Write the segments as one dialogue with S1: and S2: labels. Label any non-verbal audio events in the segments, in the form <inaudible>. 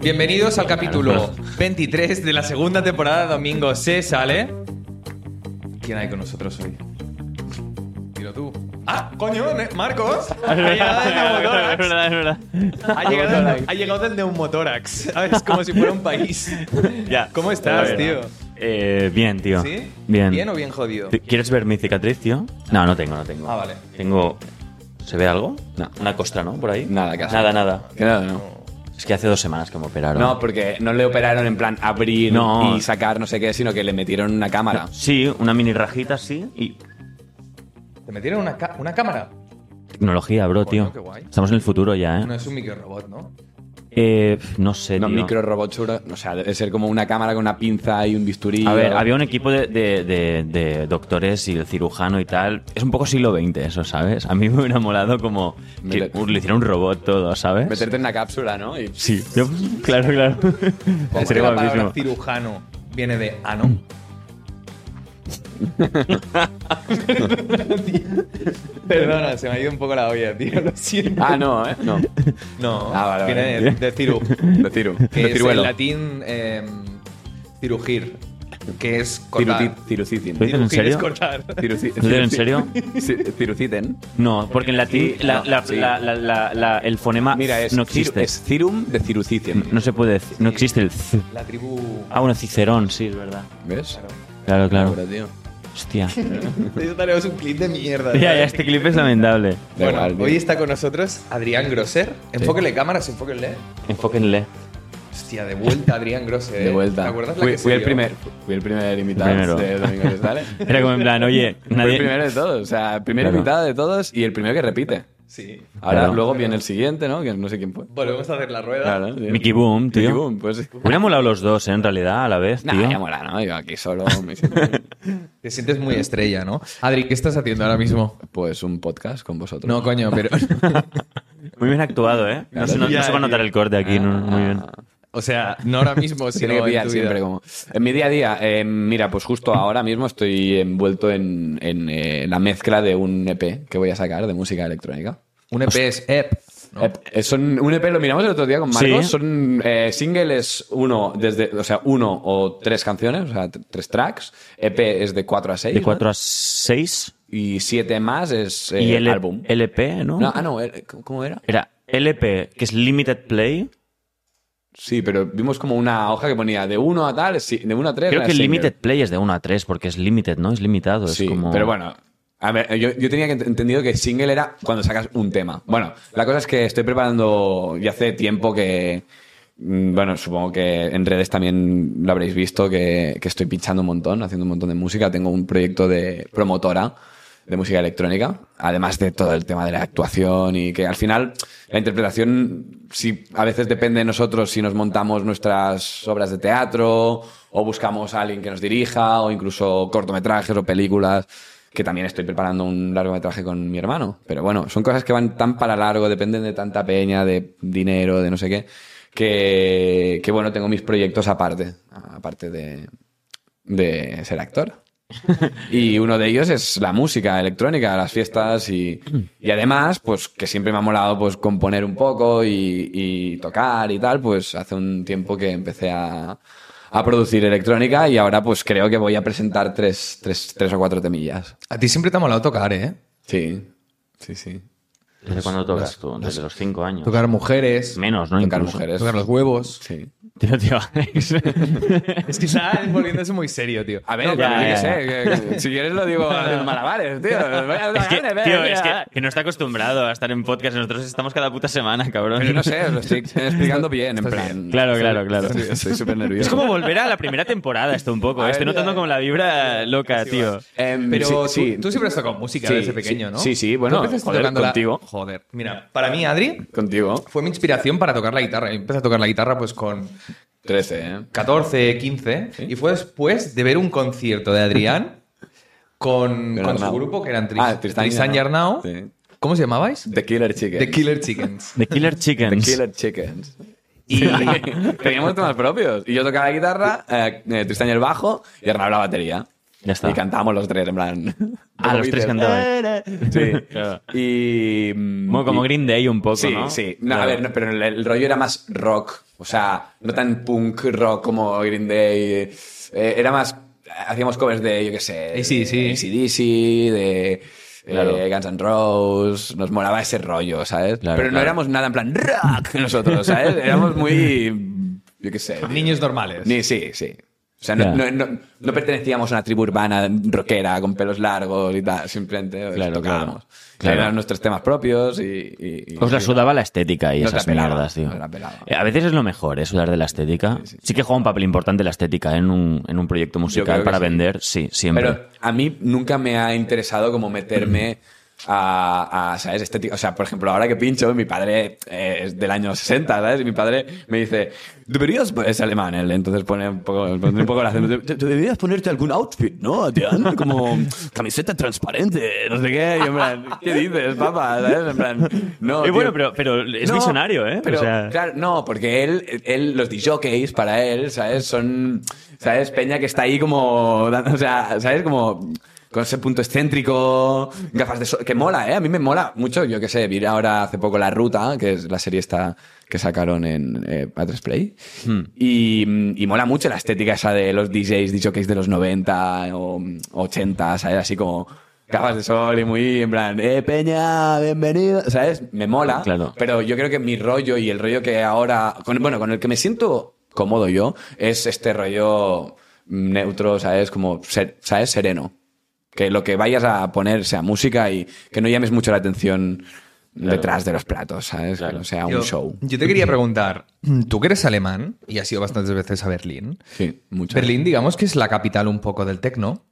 S1: Bienvenidos al capítulo 23 de la segunda temporada de Domingo se sale. ¿Quién hay con nosotros hoy? Dilo tú. ¡Ah, coño! ne-
S2: <laughs>
S1: ¡Marcos! Ha llegado el
S2: verdad, es
S1: neumotórax.
S2: verdad, es verdad.
S1: Ha llegado, el- ha llegado el neumotórax. ¿Sabes? Como si fuera un
S2: <laughs>
S1: país.
S3: Ya.
S1: ¿Cómo estás,
S3: A ver.
S1: tío?
S3: Eh, bien, tío.
S1: ¿Sí?
S3: Bien.
S1: ¿Bien o bien jodido?
S3: Ti- ¿Quieres ver mi cicatriz, tío? No, no tengo, no tengo.
S1: Ah, vale.
S3: Tengo. ¿Se ve algo?
S4: No.
S3: Una costra, ¿no? Por ahí.
S4: Nada, casi.
S3: Nada, nada.
S4: Que nada, no.
S3: Es que hace dos semanas que me operaron.
S4: No, porque no le operaron en plan abrir
S3: No.
S4: y sacar no sé qué, sino que le metieron una cámara.
S3: Sí, una mini rajita así y.
S1: ¿Te metieron una, ca- una cámara?
S3: Tecnología, bro,
S1: Coño,
S3: tío.
S1: qué guay.
S3: Estamos en el futuro ya, ¿eh?
S1: No es un microrobot, ¿no?
S3: Eh, no sé,
S4: No,
S3: tío.
S4: micro robot churro, o sea, debe ser como una cámara con una pinza y un bisturí.
S3: A ver,
S4: o-
S3: había un equipo de, de- de- de doctores y el cirujano y tal. Es un poco siglo XX eso, ¿sabes? A mí me hubiera molado como que
S4: Meter-
S3: le hiciera un robot todo, ¿sabes?
S4: Meterte en una cápsula, ¿no? Y-
S3: Sí, Yo- claro, claro.
S1: Es que
S3: <laughs> Sería
S1: la
S3: guapísimo.
S1: palabra cirujano viene de ah, ano.
S4: <laughs>
S1: Perdona, se me ha ido un poco la olla, tío. Lo siento.
S4: Ah, no, ¿eh? No.
S1: No,
S4: Ah, vale,
S1: viene de,
S4: vale.
S1: de ciru.
S4: <laughs> De tiro.
S1: Que
S4: De
S1: es el
S4: ciruelo.
S1: latín eh, cirugir, que es cortar.
S4: Tiruti- Tirucitin.
S3: ¿Lo dices en
S1: Cirugir es
S3: serio?
S4: <laughs>
S1: cortar.
S4: Tiruci-
S3: ¿Lo dices en serio?
S4: Sí, Tiruciten.
S3: No, porque en latín la,
S4: No,
S3: la-
S4: sí.
S3: la- la- la- la- el fonema
S4: Ah, Mira, es,
S3: no
S4: ciru-
S3: existe.
S4: es cirum de cirucitin.
S3: No se puede decir, no existe el z.
S1: La tribu.
S3: Ah, bueno, Cicerón, sí, es verdad.
S4: ¿Ves?
S3: Claro, claro.
S4: Ahora, tío. <laughs>
S3: Hostia. <laughs>
S1: Yo tenemos un clip de mierda.
S3: Ya,
S1: ¿verdad?
S3: ya, este clip es lamentable.
S4: Da
S1: Bueno,
S4: igual, tío.
S1: hoy está con nosotros Adrián Grosser. Enfóquenle cámaras, enfóquenle.
S3: Enfóquenle.
S1: Hostia, de vuelta Adrián Grosser.
S4: De
S1: ¿eh?
S4: vuelta.
S1: ¿Te acuerdas la
S4: fui,
S1: que se
S4: fui el
S1: dio?
S4: primer, fui el primer invitado
S3: Primero.
S4: de Domingo de Sales.
S3: Era como en plan,
S4: <laughs>
S3: oye,
S4: Fui el
S3: nadie.
S4: primero de todos, o sea, el primer
S3: Claro.
S4: invitado de todos y el primero que repite.
S1: Sí.
S4: Ahora
S3: Claro.
S4: luego viene el siguiente, ¿no? Que no sé quién fue.
S1: Volvemos a hacer la rueda.
S4: Claro, sí.
S3: Mickey Boom, tío.
S4: Mickey Boom, pues sí.
S3: Hubiera molado los dos, ¿eh? en realidad, a la vez,
S4: Nah,
S3: tío.
S4: ya mola, ¿no? Yo aquí solo me-
S1: Te sientes muy estrella, ¿no? Adri, ¿qué estás haciendo ahora mismo?
S4: Pues un podcast con vosotros.
S1: No, coño, pero.
S3: Muy bien actuado, ¿eh? No, se, no-
S1: Ya,
S3: no se va a notar
S1: tío.
S3: el corte aquí, no- muy bien.
S1: <laughs>
S4: Ah,
S1: o sea, no ahora <laughs> mismo, sino
S4: Tiene que
S1: en
S4: pillar
S1: tu
S4: siempre
S1: vida.
S4: como... En mi día a día, eh, mira, pues justo ahora mismo estoy envuelto en, en, eh, la mezcla de un EP que voy a sacar de música electrónica.
S1: Un EP es E EP. ¿no?
S4: Ep- eh, son un EP, lo miramos el otro día con Marcos.
S3: Sí.
S4: Son eh, singles uno, desde, o sea, uno o tres canciones, o sea, t- tres tracks. EP es de 4 a 6.
S3: De 4 a 6
S4: Y siete más es eh,
S3: y L-
S4: álbum.
S3: LP, ¿no?
S4: No, ah, no, eh, ¿cómo- ¿cómo era?
S3: Era LP, que es Limited Play.
S4: Sí, pero vimos como una hoja que ponía de uno a tal, sí, de uno a tres.
S3: Creo
S4: la
S3: que el
S4: single.
S3: Limited Play es de 1 a 3 porque es limited, ¿no? Es limitado.
S4: Sí,
S3: es como...
S4: pero bueno. A ver, yo, yo tenía que ent- entendido que single era cuando sacas un tema. Bueno, la cosa es que estoy preparando, ya hace tiempo que, mm, bueno, supongo que en redes también lo habréis visto, que, que estoy pinchando un montón, haciendo un montón de música. Tengo un proyecto de promotora de música electrónica, además de todo el tema de la actuación y que al final la interpretación sí a veces depende de nosotros si nos montamos nuestras obras de teatro o buscamos a alguien que nos dirija o incluso cortometrajes o películas que también estoy preparando un largometraje con mi hermano. Pero bueno, son cosas que van tan para largo, dependen de tanta peña, de dinero, de no sé qué, que, que bueno, tengo mis proyectos aparte, aparte de, de ser actor. Y uno de ellos es la música electrónica, las fiestas y, y además, pues que siempre me ha molado pues componer un poco y, y tocar y tal, pues hace un tiempo que empecé a, a producir electrónica y ahora pues creo que voy a presentar tres, tres, tres o cuatro temillas.
S1: A ti siempre te ha molado tocar, ¿eh?
S4: Sí, sí, sí.
S3: ¿Desde cuándo tocas tú? Desde los 5 años.
S1: Tocar mujeres,
S3: Menos, ¿no?
S4: Tocar
S3: Incluso.
S4: mujeres.
S1: tocar los huevos.
S4: Sí.
S3: <laughs> Tío, tío, <laughs> Alex.
S1: <laughs> Es que está volviéndose muy serio, tío.
S4: A
S3: ya,
S4: ver, pero yo
S3: ya,
S4: qué
S3: ya.
S4: sé, que- que si quieres lo digo haciendo malabares,
S3: <laughs>
S4: tío.
S3: Es que, tío, es que, que no está acostumbrado a estar en podcast. Nosotros estamos cada puta semana, cabrón.
S4: Pero no sé, os
S3: <laughs>
S4: lo estoy explicando bien, en plan.
S3: Claro, claro, claro.
S4: Estoy- Estoy súper nervioso.
S3: Es como volver a la primera temporada esto un poco. <laughs>
S4: A
S3: ¿eh?
S4: ver,
S3: Estoy notando
S4: ya.
S3: como la vibra loca, tío.
S4: Em,
S1: Pero
S4: sí,
S1: tú,
S4: sí.
S1: tú siempre has tocado música
S4: Sí,
S1: desde pequeño,
S4: sí,
S1: ¿no?
S4: sí, sí,
S1: ¿Tú
S4: bueno,
S1: empezaste
S4: joder,
S1: tocando la-
S4: contigo.
S1: Joder. Mira, para mí, Adri,
S4: Contigo.
S1: fue mi inspiración para tocar la guitarra. Yo empecé a tocar la guitarra pues con
S4: 13, ¿eh?
S1: 14, 15, y fue después de ver un concierto de
S4: <laughs>
S1: Adrián con,
S4: Con
S1: con su
S4: Arnau.
S1: grupo, que eran Tris-
S4: Ah, Tristán y
S1: Tristán y Arnau.
S4: Arnau. Sí.
S1: ¿Cómo se llamabais?
S4: The Killer Chicken.
S1: The Killer Chickens.
S3: The Killer
S4: The
S3: Chickens.
S4: Killer Chickens. <laughs>
S1: Y
S4: Teníamos temas propios. Y yo tocaba la guitarra, eh, eh, Tristán y el bajo y Arnau la batería.
S3: Ya está.
S4: Y cantábamos los tres, en plan.
S3: Ah, los tres cantabais.
S4: <laughs> Sí.
S3: Claro.
S4: Y. mm,
S3: Como, como
S4: y-
S3: Green Day un poco,
S4: Sí,
S3: ¿no?
S4: sí. No,
S3: Claro.
S4: a ver, no, pero el, el rollo era más rock. O sea, no tan punk rock como Green Day. Eh, era más. Hacíamos covers de, yo qué sé. de
S1: AC/DC.
S4: AC/DC, de.
S3: Claro.
S4: eh, Guns N' Roses, nos molaba ese rollo, ¿sabes?
S3: Claro,
S4: pero no
S3: claro.
S4: éramos nada en plan rock nosotros, ¿sabes? Éramos muy. Yo qué sé.
S1: Niños normales.
S4: Ni- sí, sí. O sea, no,
S3: Ya.
S4: no- no- no pertenecíamos a una tribu urbana rockera con pelos largos y tal, simplemente pues,
S3: Claro,
S4: tocábamos.
S3: claro. Claro.
S4: Eran nuestros temas propios y. y- y-
S3: Os la
S4: y-
S3: sudaba la estética y
S4: Nos la
S3: esas
S4: pelaba,
S3: mierdas, tío.
S4: nos la pelaba.
S3: Eh, A veces es lo mejor, ¿eh? Sudar de la estética. Sí, que juega un papel importante la estética en un, en un proyecto
S4: creo
S3: musical
S4: que
S3: para
S4: sí.
S3: vender, sí, siempre.
S4: Pero a mí nunca me ha interesado como meterme
S3: Mm.
S4: a, a, ¿sabes? Estética. O sea, por ejemplo, ahora que pincho, mi padre eh, es del año 60, ¿sabes? Y mi padre me dice, deberías, es alemán él, entonces pone un poco, pone un poco el acento, "Te- te deberías ponerte algún outfit, ¿no? Adrián? Como camiseta transparente, no sé qué. Y en plan, ¿qué dices, papá? ¿Sabes? En plan, no,
S3: Eh, bueno,
S4: tío".
S3: pero, pero es
S4: No,
S3: visionario, ¿eh? O
S4: Pero,
S3: sea-
S4: Claro, no, porque él, él los DJs para él, ¿sabes? Son, ¿sabes? Peña que está ahí como, dando- o sea, ¿sabes? Como con ese punto excéntrico, gafas de sol, que mola, ¿eh? A mí me mola mucho, yo qué sé, vi ahora hace poco La Ruta, que es la serie esta que sacaron en eh, A3 Play,
S3: Hmm.
S4: y, mm, y mola mucho la estética esa de los DJs, DJs de los 90 o mm, 80, ¿sabes? Así como... Gafas de sol y muy en plan, eh, Peña, bienvenido. ¿Sabes? Me mola.
S3: Claro.
S4: Pero yo creo que mi rollo y el rollo que ahora. con- bueno, con el que me siento cómodo yo es este rollo neutro, ¿sabes? Como, ser- ¿sabes? Sereno. Que lo que vayas a poner sea música y que no llames mucho la atención detrás de los platos, ¿sabes?
S3: Claro.
S4: Que no sea un
S1: yo,
S4: show.
S1: Yo te quería preguntar, <clears throat> tú que eres alemán y has ido bastantes veces a Berlín.
S4: Sí, mucho.
S1: Berlín, digamos que es la capital un poco del tecno.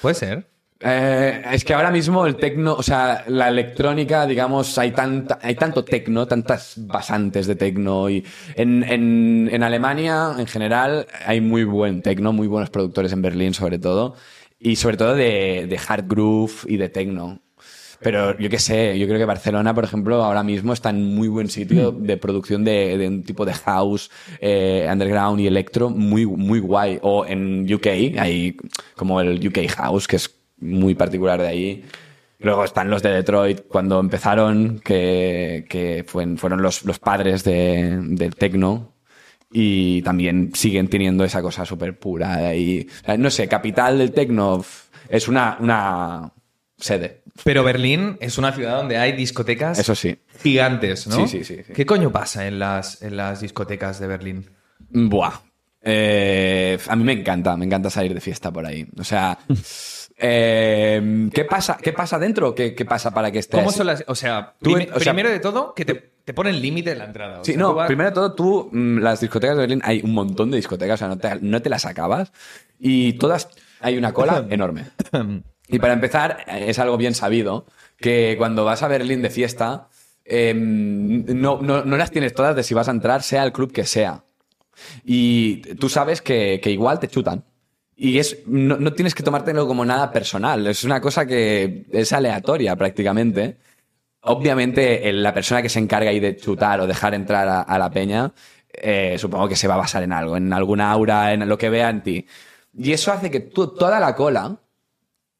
S1: Puede ser.
S4: Eh, es que ahora mismo el tecno, o sea, la electrónica, digamos, hay, tanta, hay tanto tecno, tantas basantes de tecno. Y en, en- en Alemania, en general, hay muy buen tecno, muy buenos productores en Berlín, sobre todo. Y sobre todo de, de hard groove y de tecno. Pero yo qué sé, yo creo que Barcelona, por ejemplo, ahora mismo está en muy buen sitio de producción de, de un tipo de house, eh, underground y electro, muy, muy guay. O en UK, hay como el UK House, que es muy particular de ahí. Luego están los de Detroit, cuando empezaron, que, que fuen- fueron los, los padres de- del techno. Y también siguen teniendo esa cosa súper pura. de ahí. O sea, no sé, capital del techno f- es una, una sede.
S1: Pero Berlín es una ciudad donde hay discotecas
S4: Eso sí.
S1: gigantes, ¿no?
S4: Sí, sí, sí, sí.
S1: ¿Qué coño pasa en las, en las discotecas de Berlín?
S4: Buah. Eh, a mí me encanta, me encanta salir de fiesta por ahí. O <laughs> sea, eh, ¿qué pasa? ¿Qué pasa dentro? ¿Qué, qué pasa para que estés?
S1: ¿Cómo son las.? O sea,
S4: Tú
S1: primi-
S4: en- o sea-
S1: primero de todo, que te, te ponen límite en la entrada. o
S4: Sí,
S1: sea,
S4: no,
S1: tú vas-
S4: primero de todo, tú, mm, las discotecas de Berlín, hay un montón de discotecas, o sea, no te, no te las acabas. Y todas, hay una cola enorme. Y para empezar, eh, es algo bien sabido, que cuando vas a Berlín de fiesta, em, no, no- no las tienes todas de si vas a entrar, sea el club que sea. Y tú sabes que, que igual te chutan. Y es, no, no tienes que tomártelo como nada personal, es una cosa que es aleatoria prácticamente. Obviamente, el- la persona que se encarga ahí de chutar o dejar entrar a, a la peña, eh, supongo que se va a basar en algo, en alguna aura, en lo que vea en ti. Y eso hace que tú, toda la cola,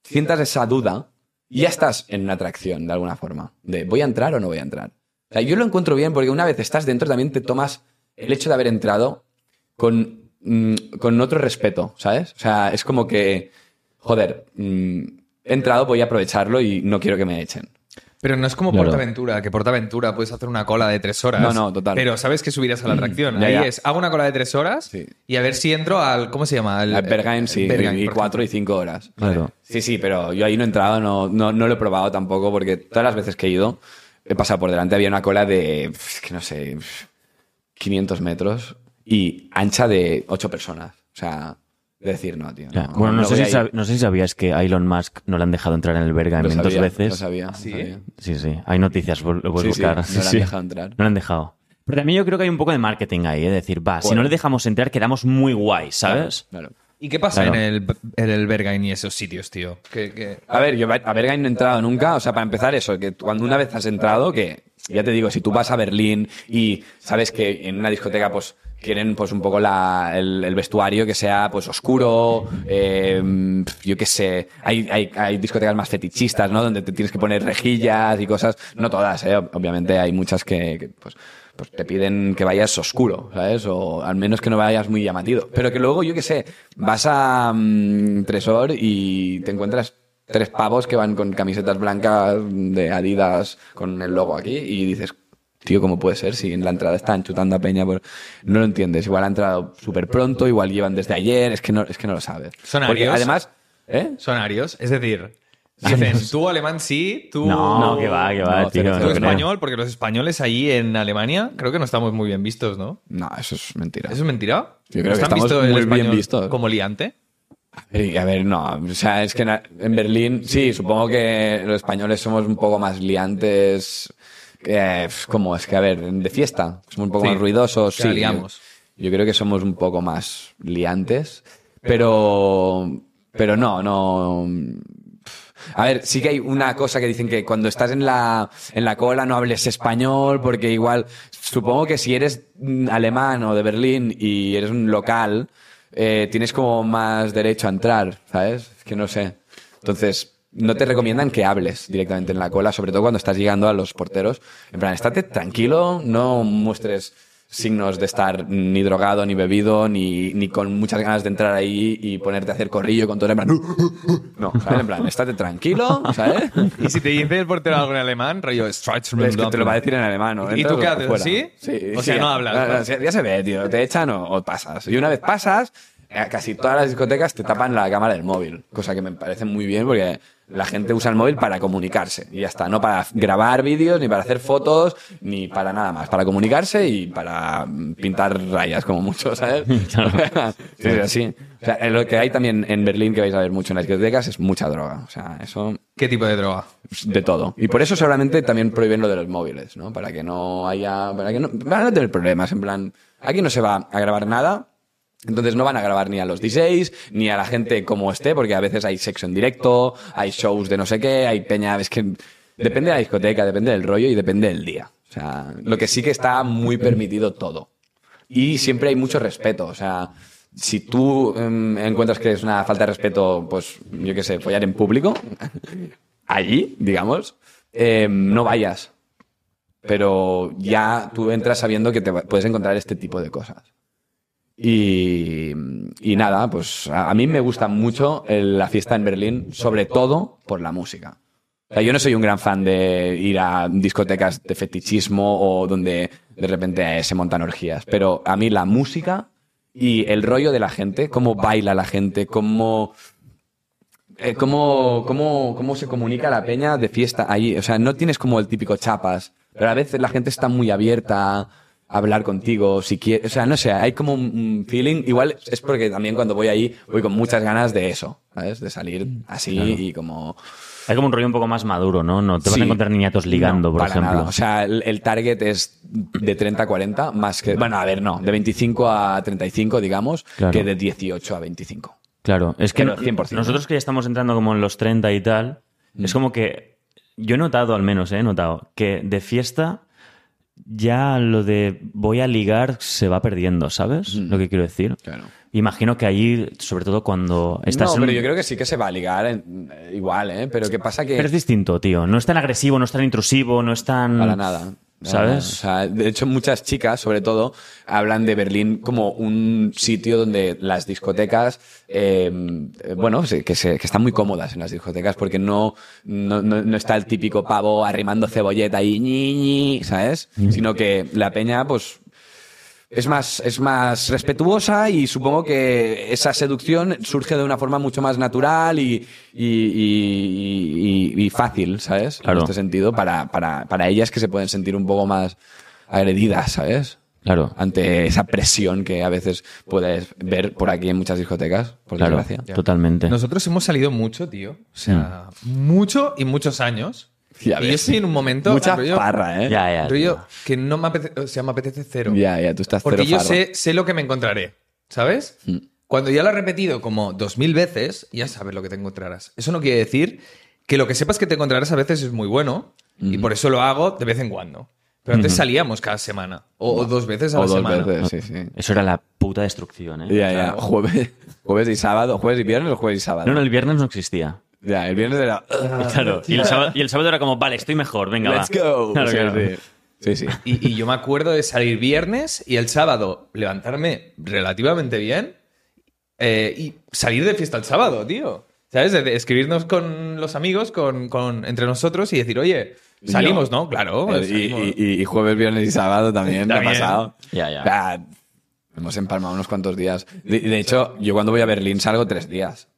S4: sientas esa duda y ya estás en una atracción de alguna forma. De voy a entrar o no voy a entrar. O sea, yo lo encuentro bien porque una vez estás dentro también te tomas el hecho de haber entrado con, mm, con otro respeto, ¿sabes? O sea, es como que, joder, mm, he entrado, voy a aprovecharlo y no quiero que me echen.
S1: Pero no es como
S3: Claro.
S1: Portaventura, que Portaventura puedes hacer una cola de tres horas.
S4: No, no, total.
S1: Pero sabes que subirás a la atracción.
S4: Ya,
S1: Ahí
S4: ya.
S1: es, hago una cola de tres horas
S4: Sí.
S1: y a ver si entro al. ¿Cómo se llama? Al
S4: Al Berghain,
S1: eh,
S4: sí,
S1: Berghain,
S4: y
S1: por
S4: cuatro y cinco horas.
S3: Claro.
S4: Sí, sí, pero yo ahí no he entrado, no, no, no lo he probado tampoco, porque todas las veces que he ido, he pasado por delante, había una cola de, pf, es que no sé, pf, 500 metros y ancha de 8 personas. O sea, de decir no, tío.
S3: Ya. bueno, no, sé
S4: voy
S3: si
S4: a ir.
S3: sab- no sé si sabías que a Elon Musk no le han dejado entrar en el Berghain
S4: Lo
S3: dos
S4: sabía,
S3: veces.
S4: Lo sabía. lo
S1: ¿Sí?
S4: sabía.
S3: Sí, sí. Hay noticias, bu- lo puedes
S4: Sí, sí,
S3: buscar.
S4: no
S3: Sí,
S4: le han
S3: sí.
S4: dejado entrar.
S3: No le han dejado. Pero también yo creo que hay un poco de marketing ahí, es decir, va, si
S4: Bueno.
S3: no le dejamos entrar, quedamos muy guay, ¿sabes?
S4: Claro, claro.
S1: ¿Y qué pasa
S3: Claro.
S1: en, el, en el Berghain y esos sitios, tío? Que, que-
S4: A ver, yo a Berghain no he entrado nunca. O sea, para empezar eso, que cuando una vez has entrado, que ya te digo, si tú vas a Berlín y sabes que en una discoteca, pues quieren pues un poco la- el, el vestuario que sea pues oscuro eh, yo qué sé hay, hay, hay discotecas más fetichistas no donde te tienes que poner rejillas y cosas no todas eh, ob- obviamente hay muchas que, que, pues pues te piden que vayas oscuro, ¿sabes? O al menos que no vayas muy llamativo. Pero que luego, yo qué sé, vas a mm, Tresor y te encuentras tres pavos que van con camisetas blancas de Adidas con el logo aquí y dices, Tío, ¿cómo puede ser? Si en la entrada están chutando a Peña, pues, no lo entiendes. Igual han entrado súper pronto, igual llevan desde ayer, es que no, es que no lo sabes.
S1: ¿Son
S4: Porque
S1: arios?
S4: Además, ¿eh?
S1: Son arios. Es decir, dicen, tú alemán sí, tú...
S3: No, que va, que va,
S4: No,
S3: tío.
S4: cero,
S3: no
S4: cero,
S1: Tú
S3: creo.
S1: español, porque los españoles ahí en Alemania creo que no estamos muy bien vistos, ¿no?
S4: No, eso es mentira.
S1: ¿Eso es mentira?
S4: Yo creo
S1: ¿Nos
S4: que
S1: han
S4: estamos
S1: visto el
S4: muy bien
S1: español
S4: vistos.
S1: como liante?
S4: Eh, A ver, no, o sea, es que na- en Berlín, sí, supongo que los españoles somos un poco más liantes, eh, como es que, a ver, de fiesta, somos un poco
S1: Sí,
S4: más ruidosos,
S1: que
S4: sí.
S1: la liamos.
S4: Yo, yo creo que somos un poco más liantes, pero, pero no, no. A ver, sí que hay una cosa que dicen que cuando estás en la, en la cola no hables español, porque igual, supongo que si eres mm, alemán o de Berlín y eres un local, eh, tienes como más derecho a entrar, ¿sabes? Es que no sé. Entonces, no te recomiendan que hables directamente en la cola, sobre todo cuando estás llegando a los porteros. En plan, estate tranquilo, no muestres signos de estar ni drogado, ni bebido, ni, ni con muchas ganas de entrar ahí y ponerte a hacer corrillo con todo en plan... "Uh, uh, uh". No, ¿sabes? En plan, estate tranquilo, ¿sabes?
S1: Y si te dice el portero algo en alemán, rollo
S4: Es que te lo va a decir en alemán, ¿no?
S1: ¿Y tú
S4: Entras
S1: qué haces?
S4: o fuera.
S1: ¿Sí?
S4: Sí.
S1: O
S4: sí,
S1: sea, no
S4: ya-
S1: hablas,
S4: no, no,
S1: ¿no?
S4: sí, Ya se ve, tío. Te echan o, o pasas. Y una vez pasas, eh, casi todas las discotecas te tapan la cámara del móvil. Cosa que me parece muy bien porque la gente usa el móvil para comunicarse. Y ya está. No para grabar vídeos, ni para hacer fotos, ni para nada más. Para comunicarse y para mm, pintar rayas, como mucho, ¿sabes? sí, sí, sí. O sea, eh, lo que hay también en Berlín, que vais a ver mucho en las discotecas, es mucha droga. O sea, eso
S1: ¿Qué tipo de droga?
S4: de todo. Y por eso seguramente también prohíben lo de los móviles, ¿no? Para que no haya, para que no, van a tener problemas, en plan, aquí no se va a grabar nada. Entonces no van a grabar ni a los DJs, ni a la gente como esté, porque a veces hay sexo en directo, hay shows de no sé qué, hay peña, es que depende de la discoteca, depende del rollo y depende del día. O sea, lo que sí que está muy permitido todo. Y siempre hay mucho respeto. O sea, si tú em, encuentras que es una falta de respeto, pues yo qué sé, follar en público, allí, digamos, em, no vayas. Pero ya tú entras sabiendo que te va- puedes encontrar este tipo de cosas. Y, y nada, pues a, a mí me gusta mucho el- la fiesta en Berlín, sobre todo por la música. O sea, yo no soy un gran fan de ir a discotecas de fetichismo o donde de repente eh, se montan orgías, pero a mí la música y el rollo de la gente, cómo baila la gente, cómo eh, cómo, cómo, cómo se comunica la peña de fiesta allí. O sea, no tienes como el típico chapas, pero a veces la gente está muy abierta a hablar contigo, si quieres. O sea, no sé, hay como un- un feeling. Igual es porque también cuando voy ahí voy con muchas ganas de eso, ¿sabes? De
S3: Mm,
S4: salir así y como...
S3: Hay como un rollo un poco más maduro, ¿no? No te vas
S4: Sí.
S3: a encontrar niñatos Pues ligando,
S4: No,
S3: por
S4: para
S3: ejemplo.
S4: nada. O sea, el, el target es de 30 a 40 más que... Bueno, a ver, no, de 25 a 35, digamos,
S3: Claro.
S4: que de 18 a 25.
S3: Claro, es que
S4: Pero
S3: no-
S4: 100%.
S3: nosotros que ya estamos entrando como en los 30 y tal,
S4: Mm.
S3: es como que yo he notado, al menos, eh, he notado, que de fiesta ya lo de voy a ligar se va perdiendo, ¿sabes?
S4: Mm.
S3: Lo que quiero decir.
S4: Claro.
S3: Imagino que allí, sobre todo cuando estás
S4: no, pero
S3: en...
S4: yo creo que sí que se va a ligar en- eh, igual, ¿eh? Pero ¿qué pasa que...
S3: Pero es distinto, tío. No es tan agresivo, no es tan intrusivo, no es tan...
S4: Para nada. Para
S3: ¿Sabes?
S4: nada. O sea, de hecho, muchas chicas, sobre todo, hablan de Berlín como un sitio donde las discotecas, eh, eh, bueno, se- que, se- que están muy cómodas en las discotecas porque no, no, no- no está el típico pavo arrimando cebolleta y ñi, ñi, ¿sabes? Sino que la peña, pues, es más, es más respetuosa y supongo que esa seducción surge de una forma mucho más natural y, y- y- y- y fácil, ¿sabes?
S3: Claro.
S4: En este sentido, para, para, para ellas que se pueden sentir un poco más agredidas, ¿sabes?
S3: Claro.
S4: Ante esa presión que a veces puedes ver por aquí en muchas discotecas, por
S3: Claro,
S4: desgracia.
S3: totalmente.
S1: Nosotros hemos salido mucho, tío. O sea, mucho y muchos años.
S4: Ya
S1: y yo
S4: ves.
S1: estoy en un momento...
S4: Mucha
S1: rollo-
S4: parra, ¿eh?
S3: Ya, ya.
S1: rollo que no me apetece... O sea, me apetece cero.
S4: ya, ya, tú estás
S1: Porque
S4: cero Mm.
S1: yo
S4: farra.
S1: sé, sé lo que me encontraré, ¿sabes? Cuando ya lo he repetido como dos mil veces, ya sabes lo que te encontrarás. Eso no quiere decir que lo que sepas que te encontrarás a veces es muy bueno,
S4: Mm.
S1: Y por eso lo hago de vez en cuando. Pero antes salíamos cada semana. O, o dos veces a
S4: O
S1: la
S4: dos
S1: semana.
S4: veces, sí, sí.
S3: Eso era la puta destrucción, ¿eh?
S4: Ya, ya. Jueves, jueves y sábado. Jueves y viernes o jueves y sábado.
S3: No, no, el viernes no existía.
S4: Ya, el viernes era.
S3: <laughs> Claro. Y el, sábado, y el sábado era como, vale, estoy mejor, venga,
S4: Ah, Let's
S3: va.
S4: go.
S3: Claro,
S4: Sí,
S3: claro.
S4: sí. Sí, sí.
S1: Y, y yo me acuerdo de salir viernes y el sábado levantarme relativamente bien eh, y salir de fiesta el sábado, tío. ¿Sabes? De- de escribirnos con los amigos, con, con- entre nosotros y decir, oye, salimos, ¿no? Claro.
S4: Eh, y,
S1: salimos.
S4: y- y- y jueves, viernes y sábado también, me ha
S1: También.
S4: pasado.
S3: Ya, ya.
S4: Ah, hemos empalmado unos cuantos días. De, de hecho, yo cuando voy a Berlín salgo tres días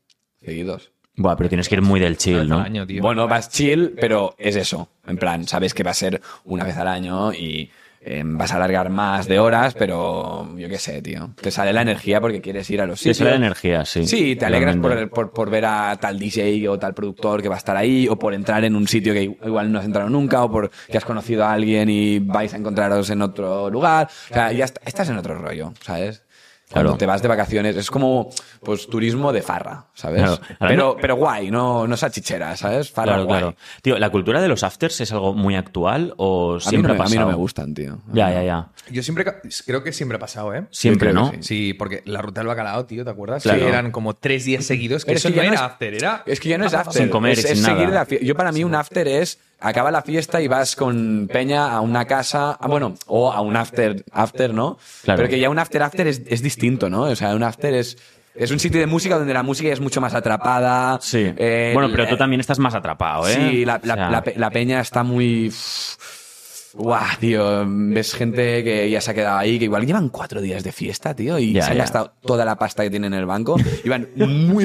S4: seguidos.
S3: Buah, pero tienes que ir muy del chill,
S1: Al
S3: ¿no?
S1: año, tío.
S4: Bueno, vas chill, pero es eso. En plan, sabes que va a ser una vez al año y eh, vas a alargar más de horas, pero yo qué sé, tío. Te sale la energía porque quieres ir a los
S3: Te
S4: sitios.
S3: sale energía, sí.
S4: Sí, te alegras por,
S3: Realmente.
S4: por- por ver a tal DJ o tal productor que va a estar ahí, o por entrar en un sitio que igual no has entrado nunca, o por que has conocido a alguien y vais a encontraros en otro lugar. O sea, ya est- estás en otro rollo, ¿sabes? Cuando
S3: Claro.
S4: te vas de vacaciones, es como pues turismo de farra, ¿sabes?
S3: Claro. Ahora
S4: Pero,
S3: no-
S4: pero guay, no, no sachichera, ¿sabes? Farra
S3: Claro,
S4: guay.
S3: claro. Tío, ¿la cultura de los afters es algo muy actual o
S4: A mí, no,
S3: siempre
S4: me-
S3: ha
S4: a mí
S3: pasado?
S4: no me gustan, tío.
S3: Ya, ya, ya.
S1: Yo siempre, ca- creo que siempre ha pasado, ¿eh?
S3: Siempre,
S4: Yo creo
S3: ¿no?
S4: que sí.
S1: Sí, porque la ruta del bacalao, tío, ¿te acuerdas?
S3: Claro.
S1: Que eran como tres días seguidos, que
S4: Mm. Pero es
S1: eso
S4: que
S1: no
S4: ya no
S1: era
S4: es-
S1: after, era...
S4: Es que ya no es after.
S3: Ah, Sin comer y
S4: es,
S3: sin
S4: es
S3: nada.
S4: seguir la fie- Yo para mí un after es acaba la fiesta y vas con Peña a una casa, ah, bueno, o a un after, after, ¿no?
S3: Claro.
S4: Pero que ya un after after es, es distinto, ¿no? O sea, un after es es un sitio de música donde la música es mucho más atrapada.
S3: Sí.
S4: Eh,
S3: bueno, pero tú
S4: la-
S3: también estás más atrapado, ¿eh?
S4: Sí, la, la-
S3: O sea,
S4: la pe- la peña está muy. Guau, tío. Ves gente que ya se ha quedado ahí, que igual llevan cuatro días de fiesta, tío, y
S3: Ya,
S4: se han
S3: ya.
S4: gastado toda la pasta que tienen en el banco. Iban muy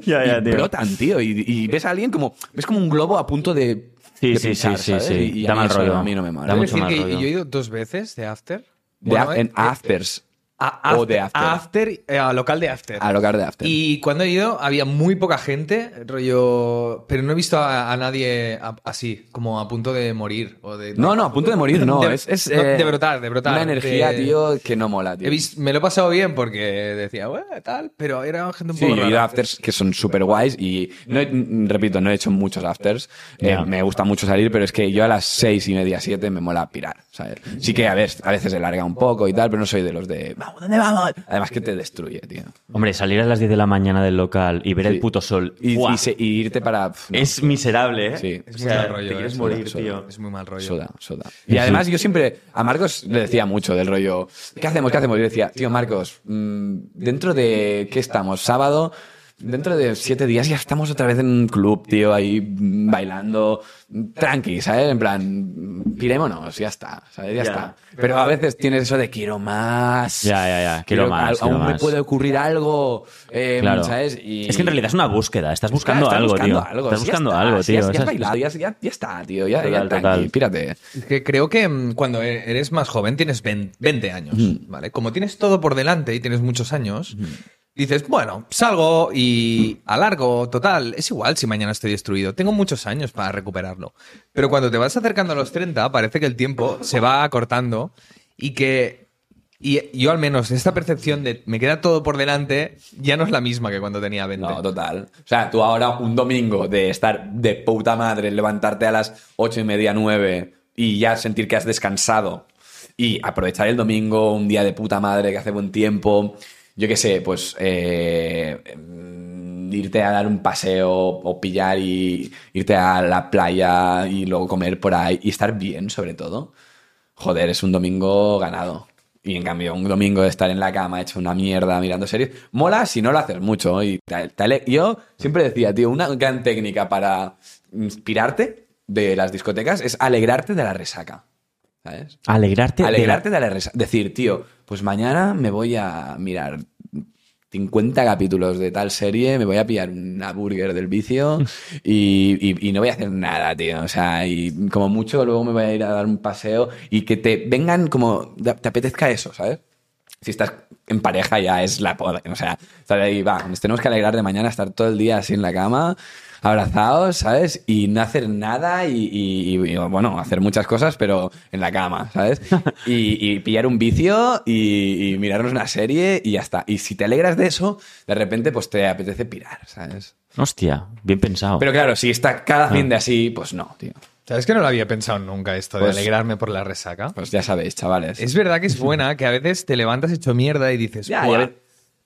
S3: <laughs> Ya, ya,
S4: y
S3: tío.
S4: brotan, tío. Y, y ves a alguien como. Ves como un globo a punto de.
S3: Sí,
S4: de
S3: sí,
S4: pinchar,
S3: sí, sí,
S4: ¿sabes?
S3: sí.
S4: Y- y a
S3: Da
S4: mí
S3: mal
S4: eso
S3: rollo.
S4: A mí no me mola.
S3: Da
S1: Quiero
S3: mucho
S1: decir
S3: mal
S1: que
S3: rollo.
S1: yo he ido dos veces de after.
S4: De
S1: Bueno,
S4: af- en
S1: eh,
S4: afters.
S1: a,
S4: o de after.
S1: a after, eh, a local de after.
S4: Al hogar de after.
S1: Y cuando he ido había muy poca gente, rollo, pero no he visto a, a nadie a- así, como a punto de morir o de
S4: No, no, a punto de morir, no.
S1: De-
S4: es, es,
S1: no,
S4: eh,
S1: de brotar, de brotar,
S4: Una energía,
S1: de-
S4: tío, que no mola, tío.
S1: He vis- me lo he pasado bien porque decía, bueno, tal, pero era gente un
S4: Sí,
S1: poco
S4: yo he ido a
S1: rara.
S4: afters que son súper guays y, no he- mm, repito, no he hecho muchos afters. Eh,
S3: Ya.
S4: me gusta mucho salir, pero es que yo a las seis y media, siete me mola pirar, ¿sabes? Sí que a, ver, a veces se larga un poco y tal, pero no soy de los de, vamos, ¿dónde vamos? Además que te destruye, tío.
S3: Hombre, salir a las 10 de la mañana del local y ver el
S4: Sí.
S3: puto sol.
S4: Y,
S3: ¡buah!
S4: y se- y irte para... pf, no,
S3: Es miserable, ¿eh?
S4: Sí.
S1: Es muy
S3: O sea,
S1: mal rollo.
S3: te
S1: eh,
S3: quieres
S1: es
S3: morir,
S1: muy-
S3: tío.
S1: Es muy mal rollo.
S4: Soda, soda.
S3: Sí.
S4: Y además yo siempre a Marcos le decía mucho del rollo, ¿qué hacemos? ¿Qué hacemos? Yo decía, tío Marcos, mm, dentro de, ¿qué estamos? Sábado, dentro de siete días ya estamos otra vez en un club, tío, ahí mm, bailando, mm, tranqui, ¿sabes? En plan, mm, pirémonos, ya está, ¿sabes? Ya
S3: Ya.
S4: está. Pero a veces tienes eso de quiero más.
S3: Ya, ya, ya, quiero más,
S4: Aún
S3: quiero
S4: me
S3: más".
S4: puede ocurrir algo, eh,
S3: Claro.
S4: ¿sabes? Y-
S3: Es que en realidad es una búsqueda. Estás buscando
S4: Claro,
S3: algo,
S4: estás buscando
S3: tío.
S4: algo,
S3: estás
S4: sí,
S3: buscando
S4: ya
S3: algo,
S4: estás,
S3: tío.
S4: Ya, ya
S3: Esas-
S4: has bailado, ya, ya- ya está, tío. Ya,
S3: Total,
S4: ya tranqui,
S3: total.
S4: pírate.
S1: Es que creo que mm, cuando e- eres más joven tienes vein- 20 años,
S4: Mm.
S1: ¿vale? Como tienes todo por delante y tienes muchos años, dices, bueno, salgo y alargo, total, es igual si mañana estoy destruido, tengo muchos años para recuperarlo. Pero cuando te vas acercando a los 30, parece que el tiempo se va acortando y que... Y yo al menos, esta percepción de me queda todo por delante ya no es la misma que cuando tenía 20.
S4: No, total. O sea, tú ahora un domingo de estar de puta madre, levantarte a las ocho y media, nueve y ya sentir que has descansado y aprovechar el domingo, un día de puta madre que hace buen tiempo, yo qué sé, pues eh, mm, irte a dar un paseo o pillar y irte a la playa y luego comer por ahí y estar bien sobre todo. Joder, es un domingo ganado. Y en cambio, un domingo de estar en la cama hecho una mierda mirando series, mola si no lo haces mucho. Y tal, tal- Yo siempre decía, tío, una gran técnica para inspirarte de las discotecas es alegrarte de la resaca. ¿Sabes?
S3: Alegrarte. de la-
S4: Alegrarte de la resaca. Decir, tío, pues mañana me voy a mirar 50 capítulos de tal serie, me voy a pillar una burger del
S3: <laughs>
S4: vicio y, y- y no voy a hacer nada, tío. O sea, y como mucho luego me voy a ir a dar un paseo y que te vengan como te te apetezca eso, ¿sabes? Si estás en pareja ya es la poda. O sea, estar ahí, va, nos tenemos que alegrar de mañana, estar todo el día así en la cama, abrazados, ¿sabes? Y no hacer nada y, y- y, bueno, hacer muchas cosas, pero en la cama, ¿sabes? Y, y pillar un vicio y, y mirarnos una serie y ya está. Y si te alegras de eso, de repente pues te apetece pirar, ¿sabes?
S3: Hostia, bien pensado.
S4: Pero claro, si está cada fin de así, pues no, tío.
S1: ¿Sabes que no lo había pensado nunca esto de
S4: Pues-
S1: alegrarme por la resaca?
S4: Pues ya sabéis, chavales.
S1: es verdad que es buena, que a veces te levantas hecho mierda y dices,
S4: Ya, ya
S1: "Buah,
S4: ve-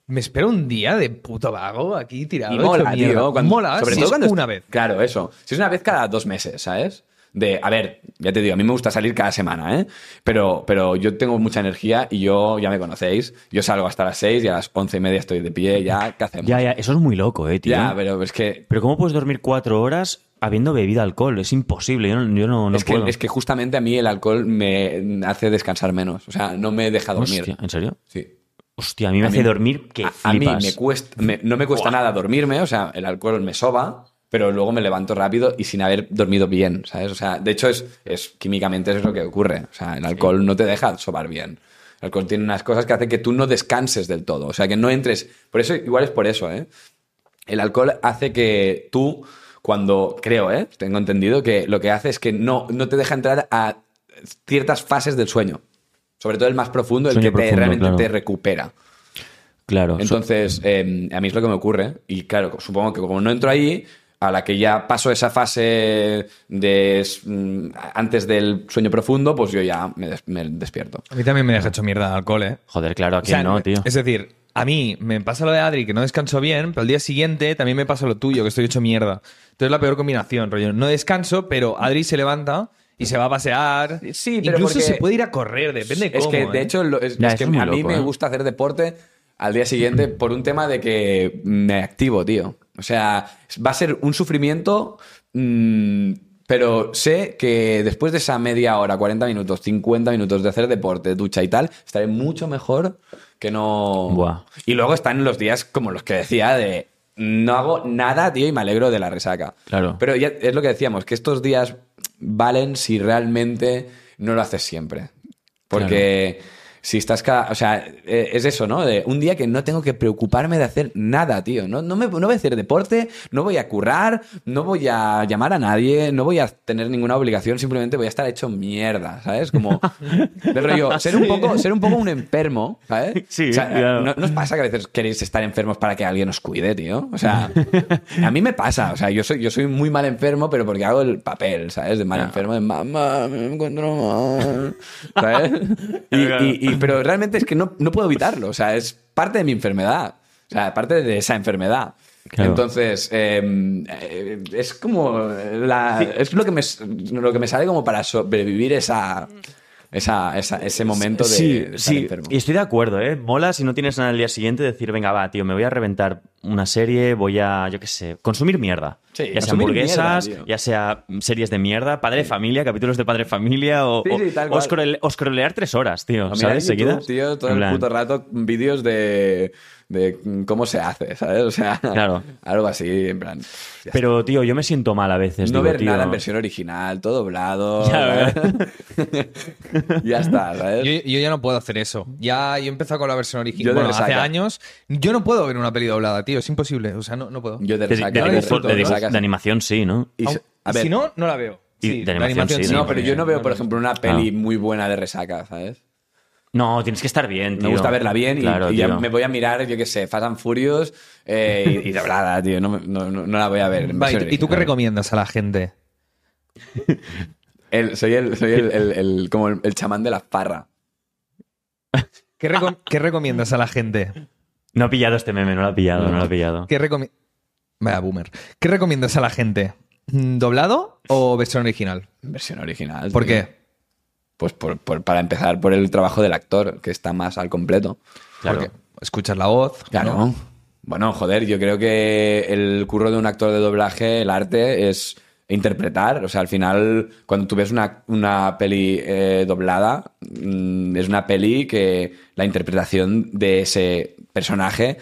S1: me espero un día de puto vago aquí tirado.
S4: Y
S1: hecho
S4: mola,
S1: mierda".
S4: tío. cuando-
S1: mola, si es
S4: cuando es-
S1: una vez.
S4: Claro, eso. Si es una vez cada dos meses, ¿sabes? De, a ver, ya te digo, a mí me gusta salir cada semana, ¿eh? Pero, pero yo tengo mucha energía y yo, ya me conocéis, yo salgo hasta las seis y a las once y media estoy de pie, ya, ¿qué hacemos?
S3: Ya, ya, eso es muy loco, eh, tío.
S4: Ya, pero es que...
S3: Pero ¿cómo puedes dormir cuatro horas habiendo bebido alcohol? Es imposible, yo no, yo no, no
S4: es,
S3: puedo.
S4: que, es que justamente a mí el alcohol me hace descansar menos. O sea, no me deja dormir.
S3: Hostia, ¿En serio?
S4: Sí.
S3: Hostia, a mí me
S4: A
S3: hace
S4: mí-
S3: dormir que
S4: a, a mí
S3: flipas.
S4: me cuesta, me- no me cuesta nada dormirme, o sea, el alcohol me soba, pero luego me levanto rápido y sin haber dormido bien, ¿sabes? O sea, de hecho, es, es químicamente eso es lo que ocurre. O sea, el alcohol no te deja sobar bien. El alcohol tiene unas cosas que hacen que tú no descanses del todo, o sea, que no entres. Por eso, igual es por eso, ¿eh? El alcohol hace que tú, cuando creo, ¿eh? tengo entendido que lo que hace es que no, no te deja entrar a ciertas fases del sueño. Sobre todo el más profundo, el
S3: Sueño
S4: que te-
S3: profundo,
S4: realmente
S3: claro.
S4: te recupera.
S3: Claro. so-
S4: Entonces, eh, a mí es lo que me ocurre. Y claro, supongo que como no entro ahí, a la que ya paso esa fase de s- mm, antes del sueño profundo, pues yo ya me, des- me despierto.
S1: A mí también me deja hecho mierda el alcohol, ¿eh?
S3: Joder, claro,
S1: O
S3: aquí
S1: sea,
S3: no, tío.
S1: Es decir, a mí me pasa lo de Adri, que no descanso bien, pero al día siguiente también me pasa lo tuyo, que estoy hecho mierda. Entonces la peor combinación, rollo. No descanso, pero Adri se levanta y se va a pasear.
S4: Sí, pero
S1: Incluso
S4: porque-
S1: se puede ir a correr, depende de
S4: es
S1: cómo.
S4: que, de
S1: ¿eh?
S4: hecho, lo- es,
S3: Ya,
S4: es
S3: eso
S4: que
S3: es muy
S4: a mí
S3: loco,
S4: me
S3: ¿eh?
S4: gusta hacer deporte al día siguiente por un tema de que me activo, tío. O sea, va a ser un sufrimiento, mm, pero sé que después de esa media hora, 40 minutos, 50 minutos de hacer deporte, ducha y tal, estaré mucho mejor que no...
S3: Buah.
S4: Y luego están los días como los que decía de... No hago nada, tío, y me alegro de la resaca.
S3: Claro.
S4: Pero ya es lo que decíamos, que estos días valen si realmente no lo haces siempre. Porque si estás ca- O sea, eh, es eso, ¿no? De un día que no tengo que preocuparme de hacer nada, tío. No, no, me, no voy a hacer deporte, no voy a currar, no voy a llamar a nadie, no voy a tener ninguna obligación, simplemente voy a estar hecho mierda, ¿sabes? Como. Del rollo, ser un poco, ser un, poco un enfermo, ¿sabes?
S3: Sí,
S4: O sea,
S3: claro.
S4: no, ¿No os pasa que a veces queréis estar enfermos para que alguien os cuide, tío? O sea, a mí me pasa. O sea, yo soy, yo soy muy mal enfermo, pero porque hago el papel, ¿sabes? De
S3: Ah.
S4: mal enfermo, de mamá, me encuentro mal.
S3: <laughs>
S4: ¿Sabes? Y, y- y- pero realmente es que no, no puedo evitarlo. O sea, es parte de mi enfermedad. O sea, parte de esa enfermedad.
S3: Claro.
S4: Entonces, eh, eh, es como la, es lo que, me, s- lo que me sale como para sobrevivir esa, esa, esa- ese momento de,
S3: sí,
S4: de estar
S3: sí,
S4: enfermo.
S3: y estoy de acuerdo, ¿eh? Mola si no tienes nada el día siguiente decir, venga, va, tío, me voy a reventar una serie, voy a, yo qué sé, consumir mierda.
S4: Sí,
S3: ya sea
S4: consumir
S3: hamburguesas,
S4: mierda, tío.
S3: ya sea series de mierda, padre de familia, capítulos de padre de familia, o,
S4: Sí, sí,
S3: o-
S4: tal
S3: o
S4: cual.
S3: scroll- o scrollear tres horas, tío,
S4: A mirar
S3: ¿sabes?
S4: YouTube,
S3: Seguidas.
S4: tío, todo
S3: En
S4: el
S3: plan,
S4: puto rato vídeos de, de cómo se hace, ¿sabes? O sea,
S3: Claro.
S4: <laughs> algo así, en plan. ya
S3: Pero, tío, yo me siento mal a veces.
S4: está. no
S3: digo,
S4: ver
S3: tío,
S4: nada en versión original, todo doblado.
S3: <laughs> Ya,
S4: ¿sabes? <laughs> ya está, ¿sabes?
S1: Yo, yo ya no puedo hacer eso. Ya yo he empezado con la versión
S4: Yo de
S1: original. Bueno, hace
S4: resaca.
S1: años. Yo no puedo ver una peli doblada, tío. Es imposible. O sea, no, no puedo.
S4: Yo de
S3: de, de
S4: resaca,
S3: dibujo-
S4: de
S3: de
S4: resaca,
S3: dibujo-
S4: resaca,
S3: de
S4: sí.
S3: animación sí, ¿no?
S4: Y se-
S1: Aun-
S4: a ver,
S1: Si no, no la veo.
S3: Y
S1: Sí,
S3: de animación sí,
S4: no,
S3: no,
S4: pero
S1: porque
S4: yo no veo, por
S1: la-
S4: ejemplo, una
S3: Ah.
S4: peli muy buena de resaca, ¿sabes?
S3: No, tienes que estar bien, tío.
S4: Me gusta verla bien y-
S3: Claro,
S4: y, ya
S3: tío.
S4: me voy a mirar, yo qué sé, Fast and Furious eh, y, y doblada, tío. No, me- no- no- no la voy a ver. en
S1: Va, ¿y,
S4: versión
S1: tú- y tú qué
S4: original.
S1: recomiendas a la gente?
S4: El- soy el,
S1: <laughs>
S4: soy el, el- el- como el, el chamán de la farra.
S1: ¿Qué,
S4: <laughs>
S1: reco- ¿Qué recomiendas a la gente?
S3: No ha pillado este meme, no lo ha pillado, no, lo ha
S4: Mm.
S3: pillado.
S1: ¿Qué recomi- Vaya boomer. ¿Qué recomiendas a la gente? Mm, ¿Doblado o versión original?
S4: Versión original.
S1: ¿Por
S4: tío.
S1: qué?
S4: Pues por- por- para empezar por el trabajo del actor, que está más al completo.
S3: Claro.
S1: Porque escuchas la voz.
S4: Claro.
S1: ¿no?
S4: Bueno, joder, yo creo que el curro de un actor de doblaje, el arte, es interpretar. O sea, al final, cuando tú ves una, una peli eh, doblada, mm, es una peli que la interpretación de ese personaje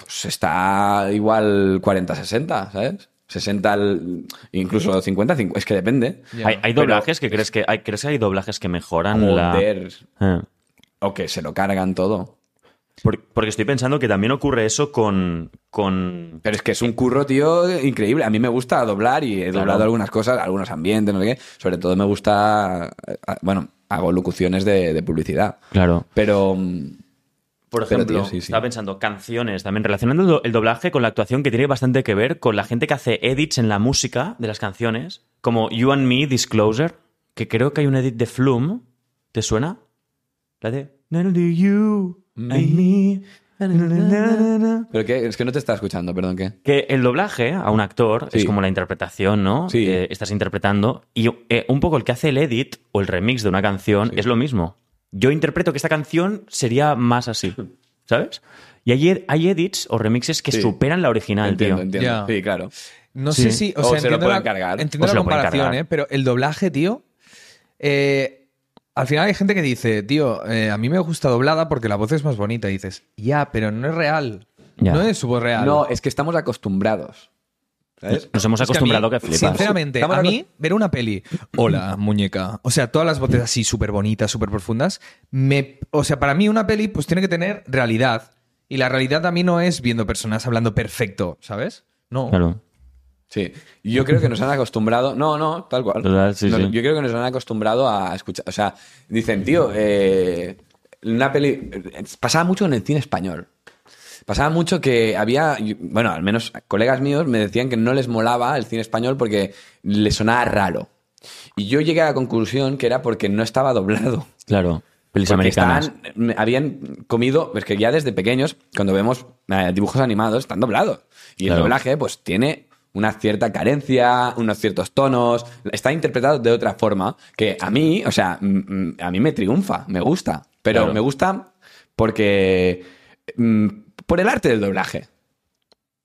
S4: pues, está igual 40-60, ¿sabes? 60, al- incluso 50, 50, es que depende.
S1: Ya.
S3: ¿Hay, hay
S4: Pero-
S3: doblajes que crees que hay, crees que hay doblajes que mejoran
S4: Joder.
S3: la. Eh.
S4: O que se lo cargan todo.
S3: Por- porque estoy pensando que también ocurre eso con. con...
S4: Pero es que es un curro, tío, increíble. A mí me gusta doblar y he
S3: Claro.
S4: doblado algunas cosas, algunos ambientes, no sé qué. Sobre todo me ah, gusta, eh, bueno, hago locuciones de, de publicidad.
S3: Claro.
S4: Pero, mm,
S3: Por
S4: Pero,
S3: ejemplo,
S4: tío, sí, sí.
S3: estaba pensando canciones, también relacionando el do- el doblaje con la actuación que tiene bastante que ver con la gente que hace edits en la música de las canciones, como You and Me Disclosure, que creo que hay un edit de Flume, ¿te suena? La de "Na, na, na, You and Me. na, na, na, na, na".
S4: Pero qué? es que no te está escuchando, perdón, ¿qué?
S3: Que el doblaje a un actor
S4: Sí.
S3: es como la interpretación, ¿no?
S4: Sí.
S3: Que estás interpretando. Y eh, un poco el que hace el edit o el remix de una canción es lo mismo. Yo interpreto que esta canción sería más
S4: <laughs>
S3: así, ¿sabes? Y hay, ed- hay edits o remixes que
S4: Sí.
S3: superan la original,
S4: entiendo,
S3: Ah, tío.
S4: entiendo.
S1: Ya.
S4: Sí, claro.
S1: No
S3: Sí.
S1: sé si. O,
S4: O
S1: sea,
S4: se lo
S1: entiendo
S4: pueden
S1: la,
S4: cargar.
S1: Entiendo
S3: O se
S1: la
S3: lo pueden
S1: comparación,
S3: cargar.
S1: ¿eh? Pero el doblaje, tío. eh, al final hay gente que dice, tío, eh, a mí me gusta doblada porque la voz es más bonita. Y dices, ya, pero no es real.
S3: Ya.
S1: No es su voz real.
S4: No, es que estamos acostumbrados. ¿Sabes?
S3: Nos hemos
S1: Es que a
S3: acostumbrado
S1: mí,
S3: que, flipas.
S1: Sinceramente,
S4: Estamos
S1: a
S4: acos-
S1: mí, ver una peli, hola, muñeca, o sea, todas las voces así súper bonitas, súper profundas, me, o sea, para mí una peli pues tiene que tener realidad. Y la realidad a mí no es viendo personas hablando perfecto, ¿sabes? No.
S3: Claro.
S4: Sí, yo creo que nos han acostumbrado. No, no, tal cual.
S3: Total, sí,
S4: No,
S3: sí.
S4: Yo creo que nos han acostumbrado a escuchar. O sea, dicen, tío, eh, una peli. Pasaba mucho en el cine español. Pasaba mucho que había. Bueno, al menos colegas míos me decían que no les molaba el cine español porque le sonaba raro. Y yo llegué a la conclusión que era porque no estaba doblado.
S3: Claro. Pelis <laughs>
S4: Porque
S3: americanas.
S4: estaban- habían comido, es que ya desde pequeños, cuando vemos eh, dibujos animados, están doblados. Y
S3: Claro.
S4: el doblaje, pues, tiene una cierta carencia, unos ciertos tonos, está interpretado de otra forma, que a mí, o sea, mm, mm, a mí me triunfa, me gusta, pero
S3: Claro.
S4: me gusta porque... mm, por el arte del doblaje.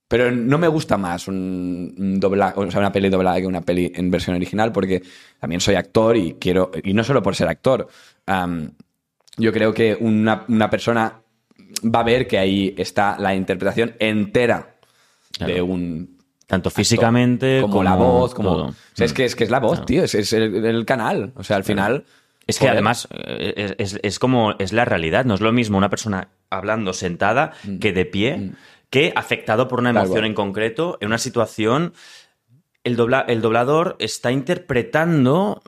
S4: Pero no me gusta más un, un dobla- o sea, una peli doblada que una peli en versión original, porque también soy actor y quiero. Y no solo por ser actor. am, yo creo que una, una persona va a ver que ahí está la interpretación entera de
S3: Claro.
S4: un.
S3: Tanto físicamente
S4: como, la voz, como.
S3: todo.
S4: O sea, es que es que es la voz,
S3: Claro.
S4: tío. Es, es el, el canal. O sea, al final.
S3: Es que
S4: joder,
S3: además eh, es, es- es como es la realidad, no es lo mismo una persona hablando sentada que de pie, que afectado por una
S4: Mm. Tal
S3: emoción
S4: cual.
S3: en concreto, en una situación, el, dobla- el doblador está interpretando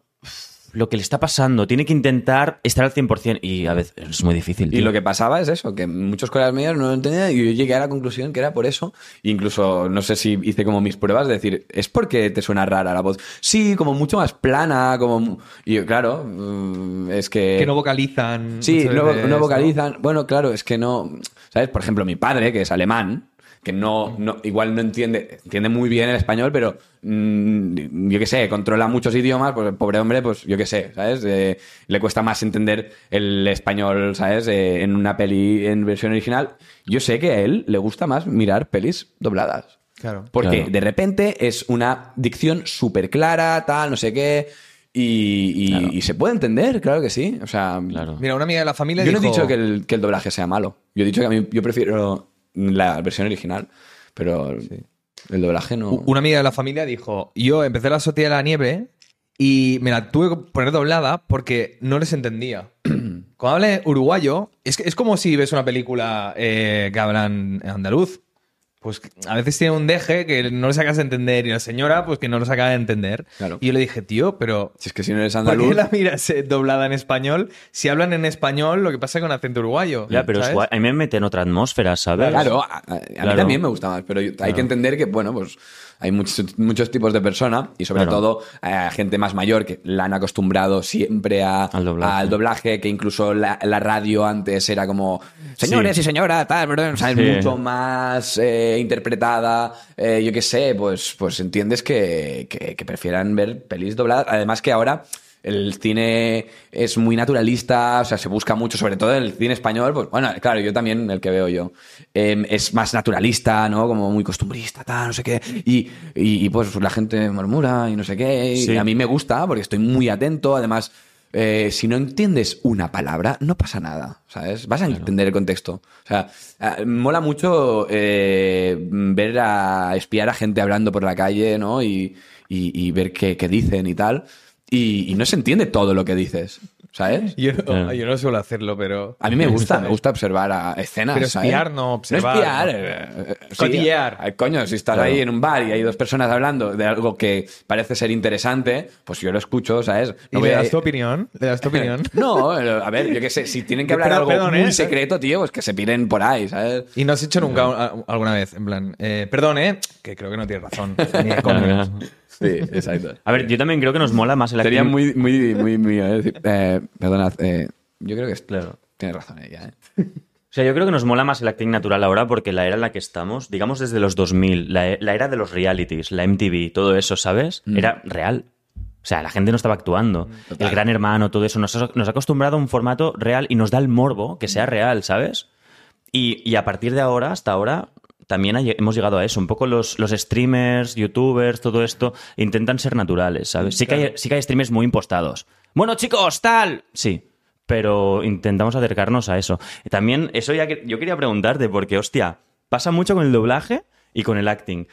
S3: lo que le está pasando, tiene que intentar estar al 100% y a veces es muy difícil.
S4: Y
S3: tío.
S4: lo que pasaba es eso, que muchos colegas míos no lo entendían y yo llegué a la conclusión que era por eso. Incluso, no sé si hice como mis pruebas de decir, es porque te suena rara la voz. Sí, como mucho más plana, como... mu- Y yo, claro, mm, es que...
S1: Que no vocalizan.
S4: sí,
S1: muchas
S4: no,
S1: veces,
S4: no vocalizan. Bueno, claro, es que no... ¿Sabes? Por ejemplo, mi padre, que es alemán, que no, no igual no entiende, entiende muy bien el español, pero mm, yo qué sé, controla muchos idiomas, pues el pobre hombre, pues yo qué sé, ¿sabes? Eh, le cuesta más entender el español, ¿sabes? Eh, en una peli en versión original. Yo sé que a él le gusta más mirar pelis dobladas.
S1: Claro.
S4: Porque
S3: Claro.
S4: de repente es una dicción súper clara, tal, no sé qué. Y, y- y se puede entender, claro que sí. O sea,
S3: Claro.
S1: Mira, una amiga de la familia
S4: yo no he
S1: dijo-
S4: dicho que el, que el doblaje sea malo. Yo he dicho que a mí yo prefiero la versión original, pero el doblaje no.
S1: U- Una amiga de la familia dijo, yo empecé la Sociedad de la Nieve y me la tuve que poner doblada porque no les
S4: <clears throat>
S1: entendía. Cuando hable uruguayo, es, que- es como si ves una película eh, que hablan en andaluz. Pues a veces tiene un deje que no le sacas de entender y la señora pues que no lo saca de entender.
S4: Claro.
S1: Y yo le dije, tío, pero
S4: Si es que si no eres
S1: ¿por
S4: andaluz,
S1: qué la miras eh, doblada en español? Si hablan en español, lo que pasa es con acento uruguayo.
S3: Ya, pero es
S1: ¿sabes?
S3: guay. a mí me mete en otra atmósfera, ¿sabes?
S4: Claro, a, a- a
S3: Claro.
S4: mí también me gusta más, pero yo- hay que entender que, bueno, pues hay muchos, muchos tipos de persona y sobre
S3: Claro.
S4: todo eh, gente más mayor que la han acostumbrado siempre a-
S3: Al doblaje.
S4: doblaje, que incluso la, la radio antes era como, señores
S3: Sí.
S4: y señoras, tal, ¿verdad? O sea, es
S3: Sí.
S4: mucho más eh, interpretada, eh, yo qué sé, pues, pues entiendes que, que- que prefieran ver pelis dobladas, además que ahora... El cine es muy naturalista, o sea, se busca mucho, sobre todo en el cine español, pues bueno, claro, yo también, el que veo yo, eh, es más naturalista, ¿no? Como muy costumbrista, tal, no sé qué, y, y- y, pues la gente murmura y no sé qué, y
S3: Sí.
S4: a mí me gusta porque estoy muy atento, además, eh, si no entiendes una palabra, no pasa nada, ¿sabes? Vas a entender el contexto. O sea, ah, mola mucho eh, ver a espiar a gente hablando por la calle, ¿no? Y, y- y ver qué, qué dicen y tal. Y, y no se entiende todo lo que dices. ¿sabes?
S1: Yo,
S3: Claro.
S1: yo no suelo hacerlo, pero.
S4: A mí me gusta, me gusta observar a escenas.
S1: Pero
S4: ¿sabes?
S1: espiar no, observar.
S4: No espiar. eh, eh, sí.
S1: Cotillear.
S4: Ay, coño, si estás
S3: Claro.
S4: ahí en un bar y hay dos personas hablando de algo que parece ser interesante, pues yo lo escucho, ¿sabes?
S1: ¿Y
S4: voy
S1: le
S4: a-
S1: das tu opinión? ¿Le
S4: <laughs>
S1: das tu opinión?
S4: No, a ver, yo qué sé, si
S1: <laughs>
S4: tienen que hablar
S1: Perdón,
S4: algo
S1: perdón,
S4: muy
S1: ¿eh?
S4: secreto, tío, pues que se piren por ahí, ¿sabes?
S1: Y no has hecho nunca a- alguna vez, en plan, eh, perdón, ¿eh? Que creo que no tienes razón. Ni de coña.
S4: Sí, exacto.
S3: A ver, yo también creo que nos mola más el
S4: <laughs> Sería
S3: acting-
S4: muy, muy, muy mío, ¿eh? Decir, eh, perdonad, eh, yo creo que es-
S3: Claro.
S4: tienes razón ella, ¿eh?
S3: O sea, yo creo que nos mola más el acting natural ahora porque la era en la que estamos, digamos desde los 2000, la, e- la era de los realities, la MTV, todo eso, ¿sabes? Era real. O sea, la gente no estaba actuando. El gran hermano, todo eso, nos ha, nos ha acostumbrado a un formato real y nos da el morbo que sea real, ¿sabes? Y, y a partir de ahora, hasta ahora, también ha lle- hemos llegado a eso. Un poco los, los streamers, youtubers, todo esto, intentan ser naturales, ¿sabes? Sí, que, hay, sí que hay streamers muy impostados. Bueno, chicos, tal. Sí, pero intentamos acercarnos a eso. También, eso ya que yo quería preguntarte, porque, hostia, pasa mucho con el doblaje y con el acting.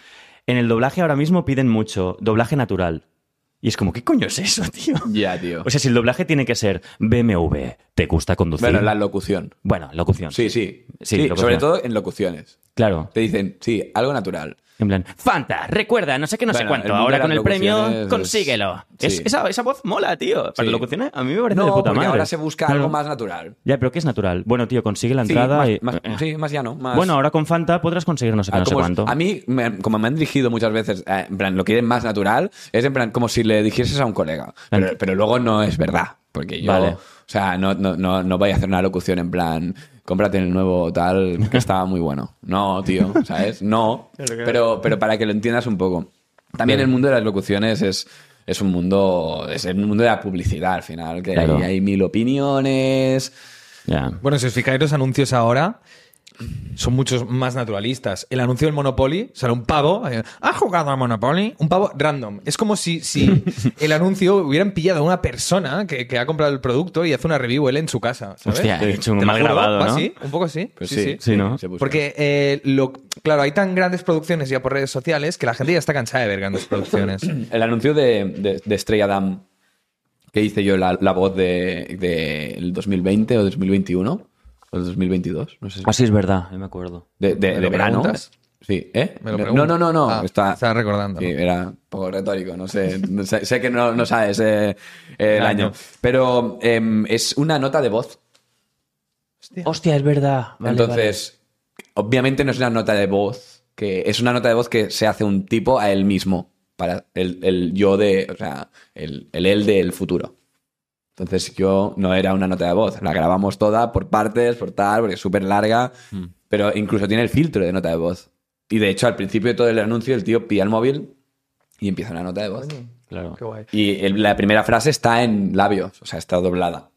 S3: En el doblaje ahora mismo piden mucho doblaje natural. Y es como, ¿qué coño es eso,
S4: <laughs>
S3: tío?
S4: Ya, tío.
S3: O sea, si el doblaje tiene que ser BMW, ¿te gusta conducir?
S4: bueno, la locución.
S3: Bueno, locución.
S4: Sí, sí.
S3: Sí,
S4: Sí,
S3: locución.
S4: sobre todo en locuciones.
S3: Claro.
S4: Te dicen, sí, algo natural.
S3: En plan, Fanta, recuerda, no sé qué, no sé
S4: Bueno, el
S3: cuánto.
S4: mundo de
S3: Ahora
S4: las
S3: con el
S4: locuciones
S3: premio,
S4: es-
S3: consíguelo. Es-
S4: sí.
S3: esa, esa voz mola, tío. Para
S4: Sí.
S3: locuciones, a mí me parece
S4: No,
S3: de puta
S4: porque
S3: madre.
S4: ahora se busca
S3: Claro.
S4: algo más natural.
S3: Ya, pero que es natural. Bueno, tío, consigue la
S4: Sí,
S3: entrada
S4: más,
S3: y.
S4: más-
S3: Eh,
S4: sí, más llano. Más...
S3: Bueno, ahora con Fanta podrás conseguir no sé qué,
S4: Ah,
S3: no sé
S4: como es-
S3: cuánto.
S4: A mí, me- como me han dirigido muchas veces, eh, en plan, lo quieren más natural, es en plan, como si le dijeses a un colega. Pero,
S3: Ent-
S4: pero luego no es verdad. Porque yo,
S3: Vale.
S4: o sea, no, no, no, no voy a hacer una locución en plan, cómprate el nuevo tal, que está muy bueno. No, tío,
S1: <laughs>
S4: ¿sabes? No. Pero, pero para que lo entiendas un poco. También el mundo de las locuciones es. Es un mundo, es el mundo de la publicidad al final, que
S3: Claro.
S4: ahí hay mil opiniones.
S3: Ya.
S1: Bueno, si os fijáis los anuncios ahora, son muchos más naturalistas. El anuncio del Monopoly, sale un pavo, eh, ¿ha jugado al Monopoly? Un pavo random. Es como si, si el anuncio hubieran pillado a una persona que, que ha comprado el producto y hace una review él en su casa, ¿sabes?
S3: Hostia, he hecho un
S1: Te lo
S3: mal
S1: juro,
S3: grabado,
S4: ¿Ah,
S1: va
S3: ¿no?
S1: así, un poco así.
S4: Pues
S1: sí, sí.
S3: sí, ¿no?
S4: se busca.
S1: Porque, eh, lo, claro, hay tan grandes producciones ya por redes sociales que la gente ya está cansada de ver grandes producciones.
S4: <laughs> El anuncio de, de- de Estrella Damm que hice yo la, la voz del de, el 2020 o 2021 o 2022, no sé. si-
S3: Ah, sí, es verdad, yo me acuerdo.
S4: De, de-
S1: ¿Me lo
S4: de verano.
S1: preguntas?
S4: Sí, ¿eh?
S1: Me lo
S4: no,
S1: pregunto.
S4: no, no, no.
S1: Ah,
S4: está,
S1: estaba recordando.
S4: Sí, era un poco retórico, no sé. <laughs> No sé, sé que no, no sabes eh, el
S1: Claro.
S4: año. Pero em, es una nota de voz.
S3: Hostia, es verdad. Vale,
S4: Entonces, obviamente no es una nota de voz, que es una nota de voz que se hace un tipo a él mismo, para el, el yo de, o sea, el, el él del futuro. Entonces yo no era una nota de voz, la grabamos toda por partes, por tal, porque es súper larga, pero incluso tiene el filtro de nota de voz. Y de hecho al principio de todo el anuncio el tío pilla el móvil y empieza una nota de voz.
S3: vale. Claro.
S1: Qué guay.
S4: Y el- la primera frase está en labios, o sea, está doblada.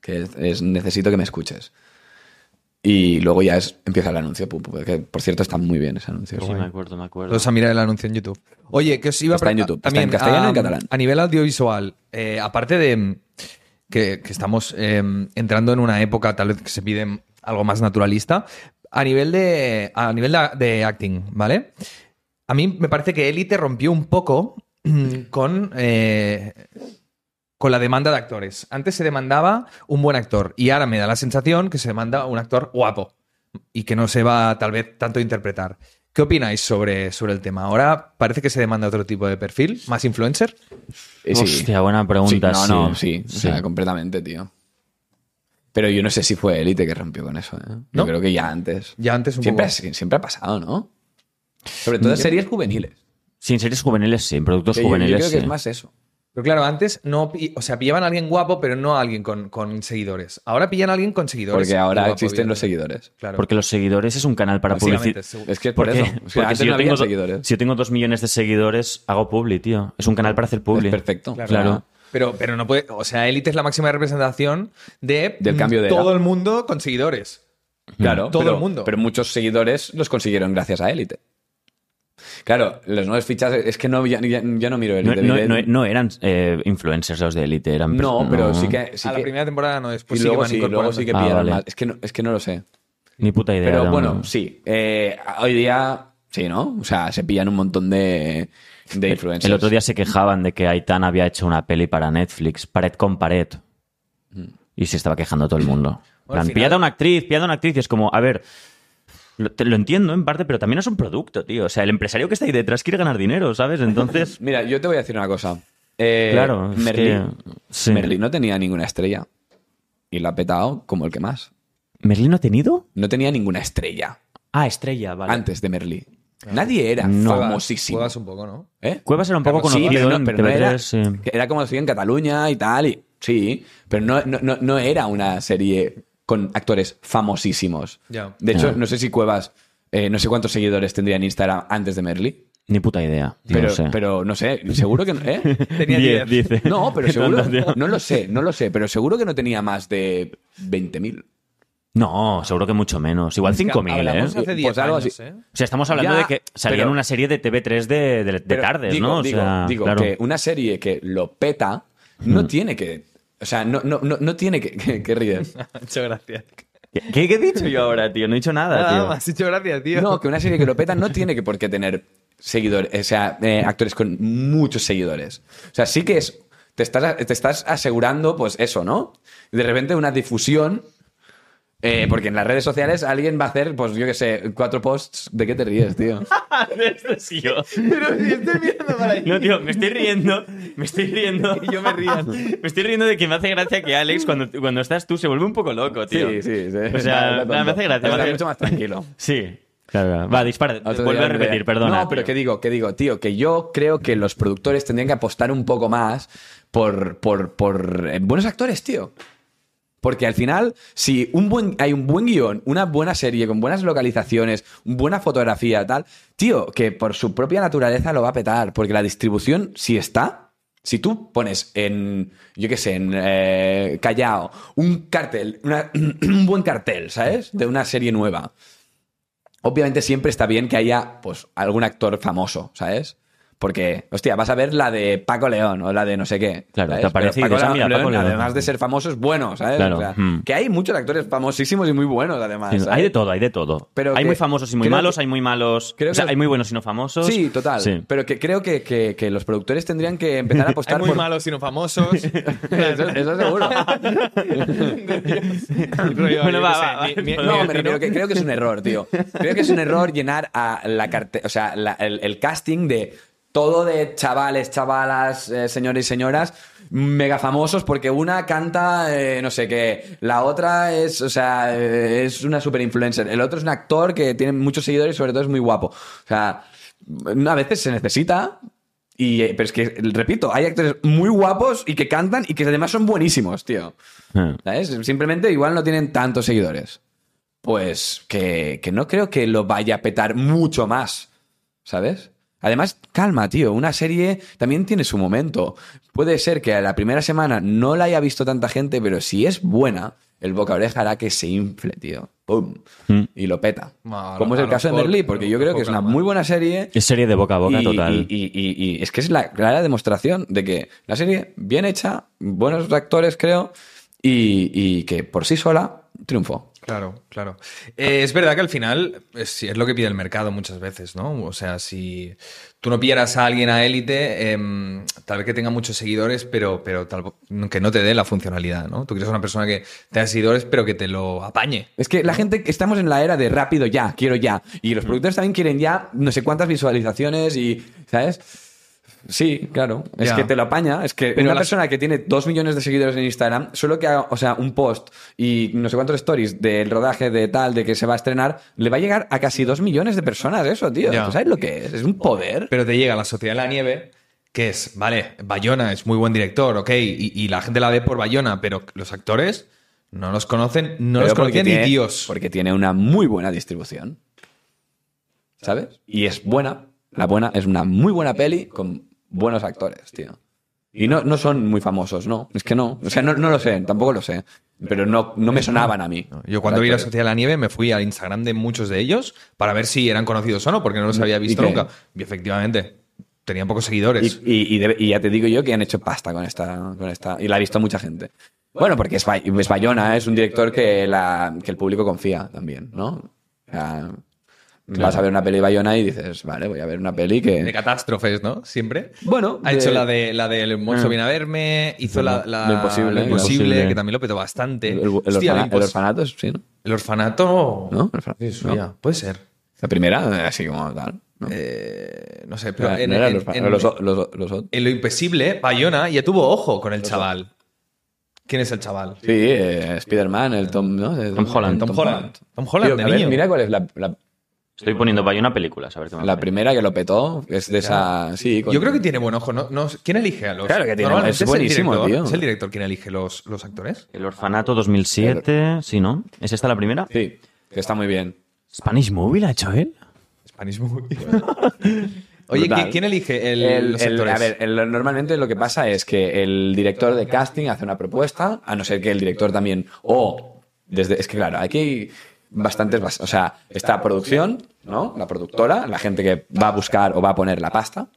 S4: Que es, es, necesito que me escuches. Y luego ya es, empieza el anuncio. pum, pum, que, por cierto, está muy bien ese anuncio.
S3: Sí, me acuerdo, me acuerdo.
S1: Los a mirar el anuncio en YouTube. Oye, que os iba
S4: Está en
S1: preguntar
S4: YouTube. Está en castellano y en
S1: a-
S4: catalán.
S1: A nivel audiovisual, eh, aparte de mm, que, que estamos eh, entrando en una época tal vez que se pide algo más naturalista, a nivel de, a nivel de, de acting, ¿vale? A mí me parece que Elite rompió un poco <clears throat> mm, con eh, con la demanda de actores. Antes se demandaba un buen actor y ahora me da la sensación que se demanda un actor guapo y que no se va tal vez tanto a interpretar. ¿Qué opináis sobre, sobre el tema? Ahora parece que se demanda otro tipo de perfil, más influencer.
S4: Eh, sí.
S3: Hostia, buena pregunta.
S4: Sí,
S3: Sí,
S4: no, no, sí.
S3: Sí.
S4: O sea, completamente, tío. Pero yo no sé si fue Elite que rompió con eso. ¿eh? Yo
S1: ¿No?
S4: creo que ya antes.
S1: Ya antes un
S4: siempre,
S1: poco.
S4: ha- siempre ha pasado, ¿no? Sobre todo en series juveniles.
S3: Sí, en series juveniles sí, en productos
S4: Que yo-
S3: juveniles
S4: yo creo que
S3: sí.
S4: es más eso.
S1: Pero claro, antes no, pi- o sea, pillaban a alguien guapo, pero no a alguien con, con seguidores. Ahora pillan a alguien con seguidores.
S4: Porque ahora
S1: Y guapo,
S4: existen los
S1: evidentemente.
S4: seguidores.
S1: Claro.
S3: Porque los seguidores es un canal para
S1: Básicamente,
S3: publicitar.
S1: seguro.
S4: Es que es por eso. O sea,
S3: Porque
S4: antes
S3: si
S4: no
S3: yo,
S4: había
S3: tengo, do-
S4: seguidores.
S3: si yo tengo dos millones de seguidores, hago publi, tío. Es un canal para hacer publi.
S4: Es perfecto.
S1: Claro.
S3: Claro.
S1: Pero, pero no puede. O sea, Elite es la máxima representación de
S4: Del cambio de
S1: todo
S4: era.
S1: el mundo con seguidores.
S4: Claro,
S1: Todo
S4: pero,
S1: el mundo.
S4: Pero muchos seguidores los consiguieron gracias a Élite. Claro, los nuevos fichajes es que no, ya, ya- ya no miro
S3: No,
S4: Élite.
S3: no-
S4: Mire-
S3: no- no eran eh, influencers los de Elite, eran pers-
S4: No, pero sí que. sí
S1: a la
S4: que-
S1: primera temporada no,
S4: y
S1: después Pues sí que
S4: luego
S1: van
S4: sí, luego
S1: incorporando.
S4: sí que
S3: Ah,
S4: pillaron
S3: vale.
S4: más. Es que, no, es que no lo sé.
S3: Ni puta idea.
S4: Pero
S3: era un-
S4: bueno, sí. eh, hoy día, sí, ¿no? O sea, se pillan un montón de, de
S3: Eh,
S4: influencers.
S3: El otro día se quejaban de que Aitana había hecho una peli para Netflix, pared con pared.
S4: Mm.
S3: Y se estaba quejando todo el mundo. En
S1: Bueno, al
S3: plan,
S1: final-
S3: Pillad a una actriz, pillad a una actriz. Y es como, a ver, lo, te- lo entiendo en parte, pero también es un producto, tío. O sea, el empresario que está ahí detrás quiere ganar dinero, ¿sabes? Entonces,
S4: Mira, yo te voy a decir una cosa. <laughs> Eh,
S3: claro. es
S4: Merlín,
S3: que- sí.
S4: Merlín no tenía ninguna estrella. Y la ha petado como el que más.
S3: ¿Merlín no ha tenido?
S4: No tenía ninguna estrella
S3: Ah, estrella, vale.
S4: antes de Merlín. Nadie era
S3: No.
S4: famosísimo.
S1: Juegas un poco, ¿no?
S4: ¿Eh?
S3: Cuevas era un poco
S4: Claro, sí,
S3: conocido
S4: pero no-
S3: en
S4: pero no
S3: TV3,
S4: era,
S3: sí.
S4: que era como si en Cataluña y tal, y, sí, pero no, no- no- no era una serie con actores famosísimos.
S1: Ya.
S4: De hecho,
S3: Ya.
S4: no sé si Cuevas, eh, no sé cuántos seguidores tendría en Instagram antes de Merly,
S3: Ni puta idea.
S4: pero,
S3: no sé.
S4: pero no sé, seguro que no,
S3: <laughs>
S4: ¿eh?
S1: Tenía
S3: Diez,
S1: 10.
S3: dice.
S4: No, pero
S3: Qué
S4: seguro,
S3: tonto, tío.
S4: no lo sé, no lo sé, pero seguro que no tenía más de 20.000.
S3: No, seguro que mucho menos. Igual 5.000,
S1: Hablamos
S3: ¿eh?
S1: hace 10
S4: Pues algo
S1: años,
S4: así.
S1: ¿eh? <laughs>
S3: O sea, estamos hablando
S4: Ya,
S3: de que salía en
S4: pero-
S3: una serie de TV3 de, de- de
S4: Pero
S3: tardes,
S4: digo,
S3: ¿no? O
S4: Digo,
S3: sea,
S4: digo
S3: claro. Hmm.
S4: que una serie que lo peta no tiene que... O sea, no, no, no, no tiene que, que, que ríes.
S1: Muchas gracias.
S3: ¿Qué, qué he dicho yo ahora, tío? No he dicho nada,
S1: Nada
S3: tío.
S1: más, Ah, hecho gracias, tío.
S4: No, que una serie que lo peta no tiene que por qué tener seguidores, o sea, eh, actores con muchos seguidores. O sea, sí que es. Te estás, te estás asegurando, pues eso, ¿no? De repente una difusión. eh, porque en las redes sociales alguien va a hacer, pues yo qué sé, cuatro posts. ¿De qué te ríes, tío?
S3: Esto <laughs> sí, yo.
S1: Pero si estoy mirando para ahí.
S3: No, tío, me estoy riendo, me estoy riendo.
S1: Y yo me río.
S3: <laughs> Me estoy riendo de que me hace gracia que Alex, cuando, cuando estás tú, se vuelve un poco loco, tío. O sea,
S4: Está- está
S3: nada, me hace
S4: tonto.
S3: gracia. me
S4: Está
S3: hace-
S4: mucho más tranquilo.
S3: Sí, claro, claro. Va, dispara,
S4: Otro
S3: vuelve
S4: día
S3: a repetir,
S4: veré.
S3: perdona.
S4: No, pero
S3: tío.
S4: que digo, que digo, tío, que yo creo que los productores tendrían que apostar un poco más por, por, por eh, buenos actores, tío. Porque al final, si un buen, hay un buen guión, una buena serie, con buenas localizaciones, buena fotografía, tal, tío, que por su propia naturaleza lo va a petar. Porque la distribución, si está, si tú pones en, yo qué sé, en eh, Callao, un cartel, una- <clears throat> un buen cartel, ¿sabes? De una serie nueva. Obviamente siempre está bien que haya pues algún actor famoso, ¿sabes? Porque, hostia, vas a ver la de Paco León o la de no sé qué.
S3: Claro,
S4: ¿sabes?
S3: te aparece
S4: Pero
S3: y dices, ah, mira, Paco León.
S4: Además de ser famoso, es bueno, ¿sabes?
S3: Claro,
S4: O sea,
S3: mm.
S4: Que hay muchos actores famosísimos y muy buenos, además.
S3: Sí,
S4: ¿sabes?
S3: hay de todo, hay de todo.
S4: Pero
S3: hay
S4: que-
S3: muy famosos y muy
S4: creo
S3: malos,
S4: que-
S3: hay muy malos.
S4: creo
S3: o sea,
S4: que-
S3: hay muy buenos y no famosos.
S4: Sí, total.
S3: Sí.
S4: Pero que creo que, que- que los productores tendrían
S3: <laughs>
S4: que empezar a
S1: Hay
S4: apostar
S1: muy
S4: por...
S1: malos y no famosos.
S4: <laughs> Eso, eso seguro.
S3: <laughs>
S1: Rollo,
S3: Bueno,
S1: yo qué sé,
S3: va, va, va.
S1: mi- mi-
S4: No,
S1: mi-
S4: me refiero que creo que es un error, tío. Creo que es un error llenar a la carte- o sea, la- el, el casting de todo de chavales, chavalas, eh, señores y señoras mega famosos porque una canta eh, no sé qué, la otra es, o sea, eh, es una super influencer, el otro es un actor que tiene muchos seguidores y sobre todo es muy guapo. O sea, mm, a veces se necesita y eh, pero es que repito, hay actores muy guapos y que cantan y que además son buenísimos, tío.
S3: Eh.
S4: ¿Sabes? Simplemente igual no tienen tantos seguidores. Pues que, que no creo que lo vaya a petar mucho más. ¿Sabes? Además, calma, tío. Una serie también tiene su momento. Puede ser que a la primera semana no la haya visto tanta gente, pero si es buena, el boca oreja hará que se infle, tío. ¡Pum!
S3: Mm.
S4: Y lo peta.
S1: Ma, a lo-
S4: Como es
S1: a
S4: el
S1: lo
S4: caso de
S1: poco-
S4: Merlí,
S1: a
S4: porque
S1: lo
S4: yo creo que es
S1: poco,
S4: una
S1: man.
S4: muy buena serie.
S3: Es serie de boca a boca
S4: Y-
S3: total.
S4: Y, y- y- y es que es la clara demostración de que la serie, bien hecha, buenos actores, creo, y, y que por sí sola triunfó.
S1: Claro, claro. Eh, es verdad que al final eh, es, es lo que pide el mercado muchas veces, ¿no? O sea, si tú no pierdas a alguien a élite, em, tal vez que tenga muchos seguidores, pero, pero tal, que no te dé la funcionalidad, ¿no? Tú quieres una persona que tenga seguidores, pero que te lo apañe.
S4: Es que la gente, estamos en la era de rápido ya, quiero ya. Y
S1: Mm.
S4: los productores también quieren ya no sé cuántas visualizaciones y, ¿sabes? Sí, claro. Es
S1: Ya.
S4: que te lo apaña. Es que
S1: Pero
S4: una
S1: las-
S4: persona que tiene dos millones de seguidores en Instagram, solo que haga, o sea, un post y no sé cuántos stories del rodaje de tal, de que se va a estrenar, le va a llegar a casi dos millones de personas eso, tío.
S1: Ya.
S4: ¿Tú ¿Sabes lo que es? Es un poder.
S1: Pero te llega la Sociedad de la Nieve, que es, vale, Bayona es muy buen director, ok, y, y la gente la ve por Bayona, pero los actores no los conocen, no
S4: Pero
S1: los conocían ni
S4: tiene-
S1: Dios.
S4: Porque tiene una muy buena distribución. ¿Sabes? Y es buena. La buena es una muy buena peli con buenos actores, tío. Y no, no son muy famosos, no. Es que no. O sea, no, no lo sé, tampoco lo sé. Pero no, no me sonaban a mí.
S1: Yo cuando vi la
S4: Actores.
S1: Sociedad de la Nieve me fui al Instagram de muchos de ellos para ver si eran conocidos o no, porque no los había visto
S4: qué?
S1: nunca. Y efectivamente, tenían pocos seguidores.
S4: Y, y- y de- y ya te digo yo que han hecho pasta con esta, con esta. Y la ha visto mucha gente. Bueno, porque es, Bay- es Bayona, es un director que, la, que el público confía también, ¿no? O sea, Vas a ver una peli Bayona y dices, vale, voy a ver una peli
S1: De
S4: que.
S1: catástrofes, ¿no? Siempre.
S4: Bueno,
S1: Ha
S4: de-
S1: hecho la de la del monstruo
S3: Ah.
S1: viene a verme, hizo la, la-
S4: Lo imposible,
S1: lo imposible,
S3: lo imposible.
S1: que también lo petó bastante.
S4: El, el
S1: Hostia,
S4: orfana-
S1: lo
S4: el
S1: impos-
S4: orfanato, sí, ¿no?
S1: el orfanato.
S4: ¿No? El orfanato,
S1: Sí,
S4: ¿no?
S1: suya, Puede ser.
S4: La primera, así como tal. ¿no?
S1: Eh, no sé, pero
S4: Era-
S1: en,
S4: Ah, no era el
S1: en-
S4: orfanato,
S1: en-
S4: los o- los o- los o-
S1: en lo imposible, Bayona ya tuvo ojo con el chaval. ¿Quién es el chaval?
S4: Sí, eh, Spider-Man, el Tom, ¿no? El-
S3: Tom Holland.
S1: Tom Holland. Tom Holland,
S4: Tío,
S1: de
S4: a ver,
S1: niño.
S4: mira cuál es la, la-
S3: Estoy poniendo para una película, a ver qué me
S4: la
S3: parece.
S4: primera que lo petó. Es de esa. Sí, con-
S1: Yo creo que tiene buen ojo. ¿no? No- ¿Quién elige a los
S4: Claro que tiene,
S1: Normalmente
S4: es buenísimo,
S1: el director,
S4: tío.
S1: ¿Es el director quien elige los, los actores?
S3: El Orfanato 2007, sí, ¿no? ¿Es esta la primera?
S4: Sí, que está muy bien.
S3: ¿Spanish Movie la ha hecho él?
S1: Spanish
S4: <laughs>
S1: Movie. Oye,
S4: Brutal.
S1: ¿qui- ¿quién elige el-
S4: El-
S1: los
S4: el-
S1: actores?
S4: a ver, el- normalmente lo que pasa es que el director de casting hace una propuesta, a no ser que el director también. O. desde, es que claro, aquí hay bastantes. bas- O sea, está producción, ¿no? La productora, la gente que va a buscar o va a poner la pasta,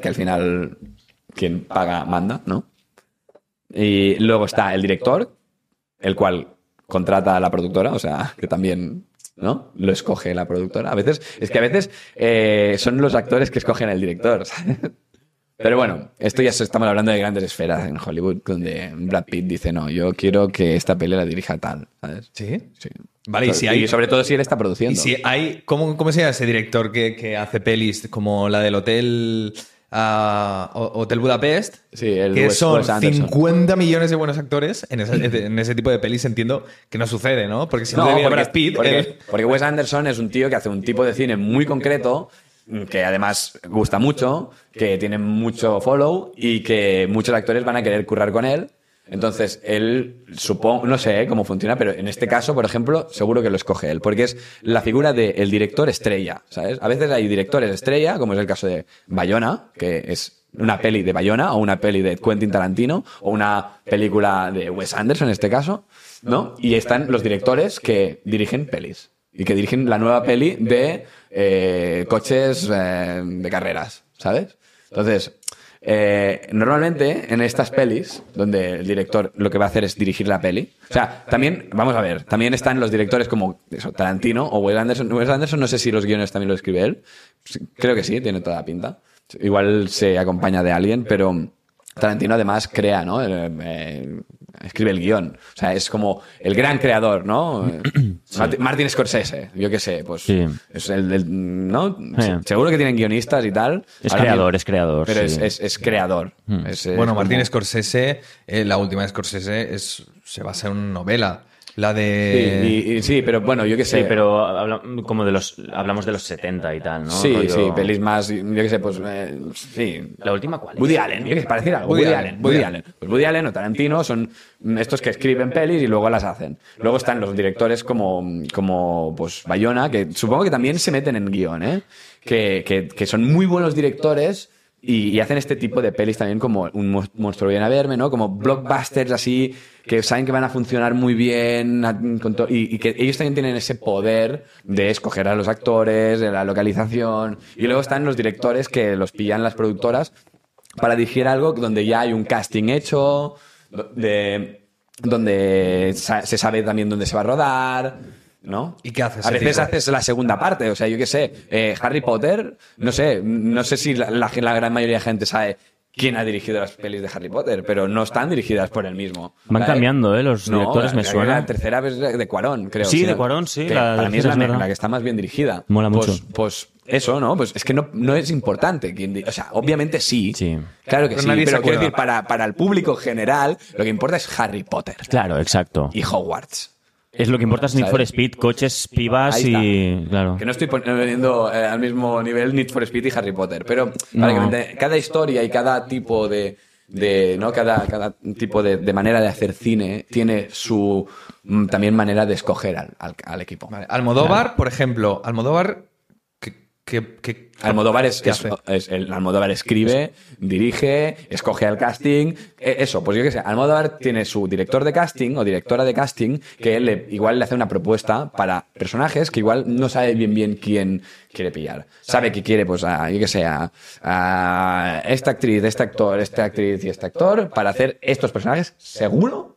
S4: que al final quien paga manda, ¿no? Y luego está el director, el cual contrata a la productora, o sea, que también ¿no? lo escoge la productora. A veces, es que a veces eh, son los actores que escogen al director. ¿sabes? Pero bueno, esto ya se- estamos hablando de grandes esferas en Hollywood, donde Brad Pitt dice, no, yo quiero que esta pelea la dirija tal, ¿sabes?
S1: ¿Sí?
S4: Sí.
S1: Vale, y si hay-
S4: sobre todo si él está produciendo.
S1: Y si hay. ¿Cómo, cómo se llama ese director que, que hace pelis como la del Hotel. ah, o- Hotel Budapest?
S4: Sí, el
S1: que
S4: Wes-
S1: son
S4: Wes Anderson.
S1: 50 millones de buenos actores. En, esa- en ese tipo de pelis entiendo que no sucede, ¿no? Porque si no,
S4: No,
S1: te viene
S4: porque,
S1: Brad Pitt.
S4: porque-
S1: él-
S4: porque Wes Anderson es un tío que hace un tipo de cine muy concreto, mm, que además gusta mucho, que tiene mucho follow y que muchos actores van a querer currar con él. Entonces, él, supongo, no sé eh, cómo funciona, pero en este caso, por ejemplo, seguro que lo escoge él, porque es la figura del director estrella, ¿sabes? A veces hay directores estrella, como es el caso de Bayona, que es una peli de Bayona o una peli de Quentin Tarantino o una película de Wes Anderson en este caso, ¿no? Y están los directores que dirigen pelis y que dirigen la nueva peli de eh, coches eh, de carreras, ¿sabes? Entonces, eh, normalmente en estas pelis, donde el director lo que va a hacer es dirigir la peli, o sea, también, vamos a ver, también están los directores como eso, Tarantino o Wes Anderson. Wes Anderson, no sé si los guiones también lo escribe él, Sí, creo que sí, tiene toda la pinta. Igual se acompaña de alguien, pero Tarantino además crea, ¿no? Eh, eh, escribe el guión. O sea, es como el gran
S3: <clears throat>
S4: creador, ¿no? Eh, Marti- Martin Scorsese, yo qué sé, pues.
S3: Sí.
S4: Es el, el- ¿no?
S3: Sí.
S4: Seguro que tienen guionistas y tal.
S3: Es
S4: Ahora
S3: creador,
S4: mismo-
S3: es creador,
S4: Pero
S3: sí. Mm.
S4: es, es- es creador. Es- es
S1: bueno, Martín
S4: como-
S1: Scorsese, eh, la última de Scorsese es, se basa en una novela. La
S4: Sí,
S1: de.
S4: y- y- sí, pero bueno, yo qué sé.
S3: Sí, pero habla- como de los, hablamos de los 70 y tal, ¿no?
S4: Sí,
S3: Rollo-
S4: sí, pelis más, yo qué sé, pues eh, sí.
S3: ¿La última cuál? es?
S4: Woody Allen, yo qué sé, pareciera algo.
S1: Woody
S4: Woody,
S1: Allen,
S4: Allen,
S1: Woody
S4: Woody Allen. Pues Woody Allen o Tarantino son mm, estos que escriben pelis y luego las hacen. Luego están los directores como, como pues Bayona, que supongo que también se meten en guión, ¿eh? Que, que- que son muy buenos directores y, y hacen este tipo de pelis también como un mon- monstruo viene a verme, ¿no? Como blockbusters así, que saben que van a funcionar muy bien a- con to- y, y que ellos también tienen ese poder de escoger a los actores, de la localización. Y luego están los directores que los pillan las productoras para dirigir algo donde ya hay un casting hecho, do- de- donde sa- se sabe también dónde se va a rodar, ¿no?
S1: ¿Y qué ah. hace ese
S4: A veces
S1: tipo?
S4: haces la segunda parte, o sea, yo qué sé, eh, Harry Potter, no sé, no sé si la, la- la gran mayoría de gente sabe quién ha dirigido las pelis de Harry Potter, pero no están dirigidas por él mismo.
S3: Van
S4: La-
S3: cambiando, ¿eh? Los
S4: No,
S3: directores
S4: la-
S3: me
S4: la-
S3: suenan.
S4: La tercera vez de Cuarón, creo.
S3: Sí,
S4: si
S3: de
S4: no-
S3: Cuarón, sí,
S4: que
S3: la
S4: para mí es
S3: tercera
S4: la,
S3: es
S4: me-
S3: verdad.
S4: la que está más bien dirigida.
S3: Mola
S4: Pues-
S3: mucho.
S4: Pues eso, ¿no? Pues es que no, no es importante. quién di- o sea, obviamente sí.
S3: Sí.
S4: Claro que
S1: Pero
S4: sí,
S1: nadie se
S4: pero quiero
S1: acuerda.
S4: decir, para, para el público general, lo que importa es Harry Potter
S3: Claro, exacto.
S4: y Hogwarts.
S3: Es lo que importa es Need
S4: ¿Sabes?
S3: for Speed, coches, pibas
S4: Ahí está.
S3: y... Claro.
S4: Que no estoy poniendo eh, al mismo nivel Need for Speed y Harry Potter, pero
S3: No.
S4: para que me ente- cada historia y cada tipo de, de- ¿no? cada, cada tipo de, de manera de hacer cine tiene su mm, también manera de escoger al, al- al equipo.
S1: Vale, Almodóvar, por ejemplo. Almodóvar. que- que- que-
S4: Almodóvar es,
S1: ¿Qué
S4: es-
S1: hace?
S4: es- el Almodóvar escribe, dirige, escoge al casting, eh, eso, pues yo qué sé, Almodóvar tiene su director de casting o directora de casting que le, igual le hace una propuesta para personajes que igual no sabe bien bien quién quiere pillar. Sabe que quiere, pues, a, yo qué sé, a, este a esta actriz, este actor, esta actriz y este actor para hacer estos personajes, seguro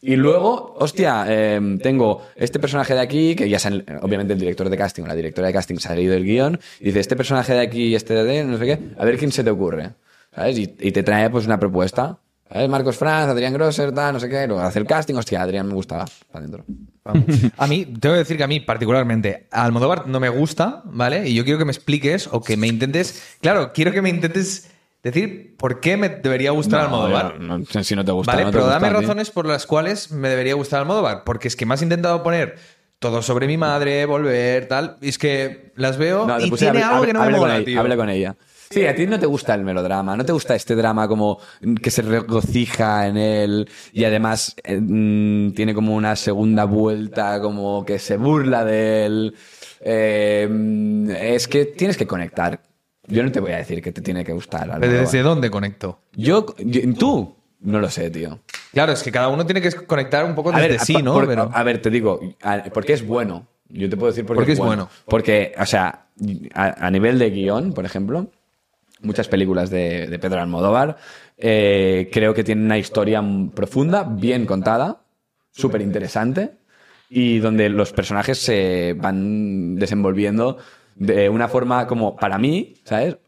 S4: Y luego, hostia, eh, tengo este personaje de aquí, que ya se han- obviamente el director de casting o la directora de casting se ha leído el guión, y dice, este personaje de aquí y este de allá, no sé qué, a ver quién se te ocurre, ¿sabes? Y, y te trae pues una propuesta, ¿sabes? Marcos Franz, Adrián Grosser, tal, no sé qué, y luego hace el casting, hostia, Adrián me gustaba, para adentro.
S1: <laughs> A mí, tengo que decir que a mí particularmente Almodóvar no me gusta, ¿vale? Y yo quiero que me expliques o que me intentes... Claro, quiero que me intentes decir por qué me debería gustar Almodóvar.
S4: No, no, si no te gusta,
S1: vale,
S4: no te
S1: pero
S4: gusta,
S1: dame
S4: tío.
S1: razones por las cuales me debería gustar Almodóvar. Porque es que me has intentado poner todo sobre mi madre, volver, tal. Y es que las veo
S4: No, te
S1: y
S4: puse,
S1: tiene
S4: habla-
S1: algo que
S4: habla-
S1: no me
S4: habla con
S1: mola,
S4: ella,
S1: tío.
S4: habla con ella. Sí, a ti no te gusta el melodrama, no te gusta este drama como que se regocija en él y además eh, mm, tiene como una segunda vuelta, como que se burla de él. Eh, mm, es que tienes que conectar. Yo no te voy a decir que te tiene que gustar.
S1: Pero
S4: Almodóvar.
S1: ¿Desde dónde conecto?
S4: Yo, yo- tú, no lo sé, tío.
S1: Claro, es que cada uno tiene que conectar un poco
S4: A
S1: desde
S4: ver,
S1: sí,
S4: por-
S1: ¿no?
S4: por-
S1: Pero-
S4: a ver, te digo, a- porque es bueno. Yo te puedo decir porque,
S1: Porque es bueno.
S4: Porque, o sea, a, a nivel de guión, por ejemplo, muchas películas de, de Pedro Almodóvar eh, creo que tienen una historia m- profunda, bien contada, súper interesante, y donde los personajes se van desenvolviendo de una forma como, para mí, ¿sabes?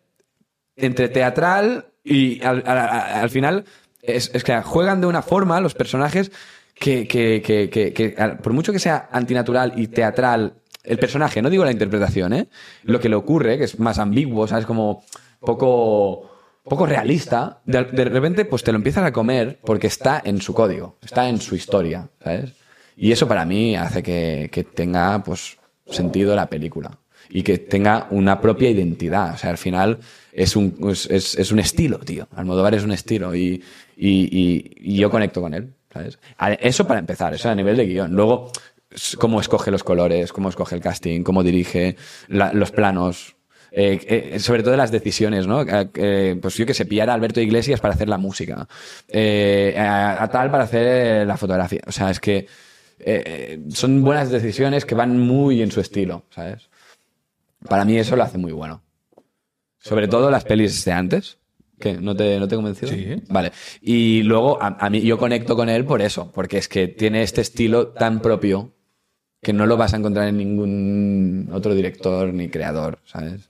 S4: entre teatral y al, al- al- al final es, es que juegan de una forma los personajes que, que- que- que- que, al- por mucho que sea antinatural y teatral el personaje, no digo la interpretación, ¿eh? lo que le ocurre, que es más ambiguo, ¿sabes? Como poco, poco realista, de, de repente pues te lo empiezas a comer porque está en su código, está en su historia, ¿sabes? Y eso para mí hace que, que tenga pues sentido la película y que tenga una propia identidad. O sea, al final es un, es, es- es un estilo, tío. Almodóvar es un estilo y, y- y- y yo conecto con él, ¿sabes? A- Eso para empezar, eso a nivel de guión. Luego, s- cómo escoge los colores, cómo escoge el casting, cómo dirige la- los planos. Eh, eh, sobre todo las decisiones, ¿no? Eh, eh, pues yo que sé, pillar a Alberto Iglesias para hacer la música, eh, a, a tal para hacer la fotografía. O sea, es que eh, eh, son buenas decisiones que van muy en su estilo, ¿sabes? Para mí eso lo hace muy bueno. Sobre todo las pelis de antes. que ¿No te, no te he convencido?
S1: Sí.
S4: Vale. Y luego a, a mí yo conecto con él por eso, porque es que tiene este estilo tan propio que no lo vas a encontrar en ningún otro director ni creador, ¿sabes?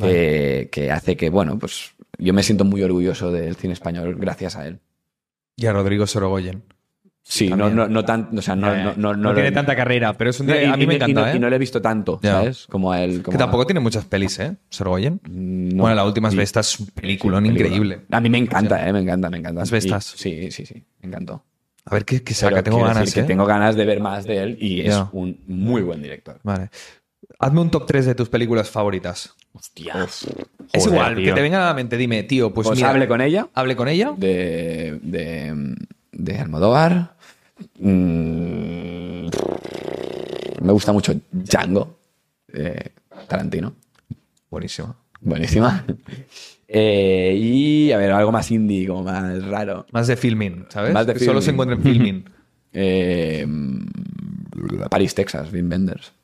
S4: Eh, que hace que, bueno, pues yo me siento muy orgulloso del cine español gracias a él.
S1: Y a Rodrigo Sorogoyen.
S4: Sí, no,
S1: También.
S4: no, no tan, o sea, no, no, no,
S1: Eh, No,
S4: lo-
S1: tiene tanta carrera, pero es un día-
S4: y-
S1: a mí
S4: y
S1: me
S4: no- y no-
S1: encanta,
S4: Y no
S1: ¿eh?
S4: lo he visto tanto,
S1: Ya.
S4: ¿sabes? Como a él. Como
S1: Que
S4: a-
S1: tampoco tiene muchas pelis, ¿eh? Sorogoyen.
S4: Mm, no.
S1: Bueno, la última es
S4: Sí.
S1: Vestas, un peliculón
S4: Película.
S1: increíble.
S4: A mí me encanta, eh, me encanta, me encanta.
S1: Las
S4: Y-
S1: bestas.
S4: Sí, sí, sí, me encantó.
S1: A ver qué, qué saca,
S4: Pero
S1: tengo
S4: quiero
S1: ganas,
S4: decir
S1: ¿eh?
S4: que tengo ganas de ver más de él y es
S1: Ya.
S4: un muy buen director.
S1: Vale. Hazme un top 3 de tus películas favoritas.
S4: Hostia.
S1: es
S3: Joder,
S1: igual,
S3: tío.
S1: que te venga a la mente, dime, tío, pues,
S4: Pues,
S1: mira,
S4: hable con ella
S1: hable con ella.
S4: de, de, de Almodóvar. Mm, me gusta mucho Django, de Tarantino.
S1: Buenísimo.
S4: Buenísima. <laughs> Eh, y a ver, algo más indie, como más raro.
S1: Más de filming, ¿sabes?
S4: Más de
S1: que solo se
S4: filming.
S1: encuentra en
S4: <laughs>
S1: filming.
S4: Eh, París, Texas, Vin Benders.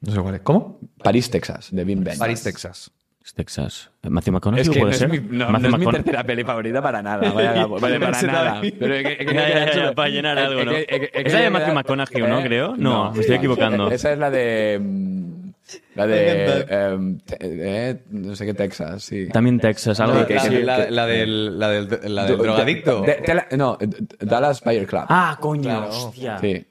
S1: No sé cuál es. ¿Cómo?
S4: París, Texas, de Vin Benders.
S1: París, Texas.
S3: Es Texas. ¿Matthew McConaughey
S4: Es que no
S3: puede
S4: es,
S3: ser?
S4: mi, no, no
S3: Matthew
S4: es mi
S3: McCona-
S4: tercera peli favorita para nada. <laughs> Vaya, vale, para
S1: Pensé
S4: nada.
S1: también.
S4: Pero es que- es que-
S3: Ya, ya, ya,
S4: es que-
S3: para llenar
S4: es-
S3: algo,
S4: es
S3: ¿no?
S4: que- es que- es
S3: Esa
S4: que- Eh,
S3: es de Matthew McConaughey, ¿no? Creo. No, me estoy equivocando.
S4: Esa es la de... mm, La de... em, te- eh, no sé qué, Texas, sí.
S3: También Texas.
S1: La,
S3: Algo
S1: la-
S4: que-
S1: la-
S4: que-
S1: la-
S4: que-
S1: la del, la del, la del
S4: Du-
S1: drogadicto.
S4: de- de la- no, d- d- Dallas Buyer Club.
S3: Ah, coño.
S1: Claro.
S3: Hostia.
S4: Sí.
S1: Dice,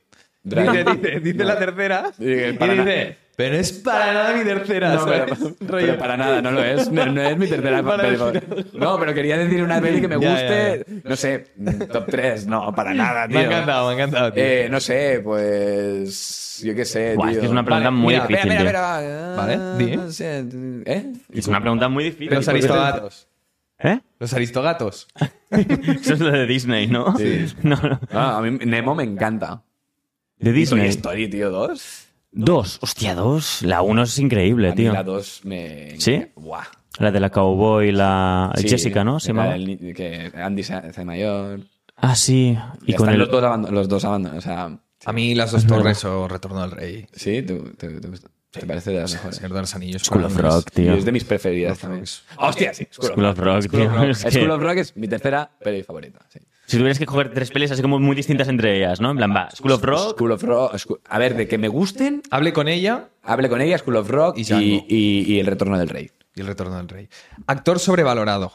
S4: Drag-
S1: dice, dice la tercera.
S4: Dice,
S1: y
S4: para na-
S1: dice, pero es para nada mi tercera.
S4: No, pero,
S1: ¿sabes?
S4: pero
S1: Rollo,
S4: para nada, no lo es. No, no es mi tercera
S1: <laughs> Para
S4: peli
S1: decir
S4: favorita. No, pero quería decir una peli que me
S1: <laughs> Ya,
S4: guste. No sé, mm, top 3. No, para nada, tío.
S1: Me ha encantado, me ha encantado. tío.
S4: Eh, no sé, pues. Yo qué sé.
S3: Buah, es
S4: tío.
S3: que es una pregunta
S1: Vale,
S3: muy
S1: mira,
S3: difícil.
S4: Espera,
S3: tío.
S4: espera, espera.
S1: Vale, di.
S4: Ah, no sé, ¿Eh?
S3: Es una pregunta muy difícil.
S1: los aristogatos.
S3: ¿Eh?
S1: Los aristogatos.
S3: <laughs> Eso es lo de Disney, ¿no?
S4: Sí.
S3: <laughs> No, no.
S4: Ah, a mí Nemo me encanta.
S3: De
S4: Toy
S3: Disney.
S4: Story, tío, 2.
S3: Dos. Hostia, dos. La uno es increíble, Eh, tío.
S4: La 2 me.
S3: ¿Sí?
S4: Buah.
S3: La de la cowboy, la
S4: Sí,
S3: Jessica, ¿no? Se
S4: la
S3: llamaba.
S4: del ni- Que Andy se se mayor.
S3: Ah, sí. Y
S4: Ya
S3: con
S4: están
S3: el...
S4: los dos abandonados. Los dos abandonados. O sea,
S1: A mí las dos torres o Retorno del Rey.
S4: sí, tú, tú- tú- te parece de las mejores.
S1: Señor de los Anillos.
S3: School of Rock,
S4: Y
S3: tío.
S4: es de mis preferidas también.
S1: Rock
S4: Hostia, sí. School of
S3: School of Rock, tío.
S4: Rock.
S3: <laughs> Es que-
S4: School of Rock es mi tercera peli favorita. sí.
S3: Si tuvieras que coger tres pelis así como muy distintas entre ellas, ¿no? En plan, va, School of Rock.
S4: School of Rock. School- A ver, de que me gusten,
S1: Hable con ella
S4: hable con ella, School of Rock
S1: Y
S4: y,
S1: Django.
S4: y- y El Retorno del Rey.
S1: y el retorno del rey. Actor sobrevalorado.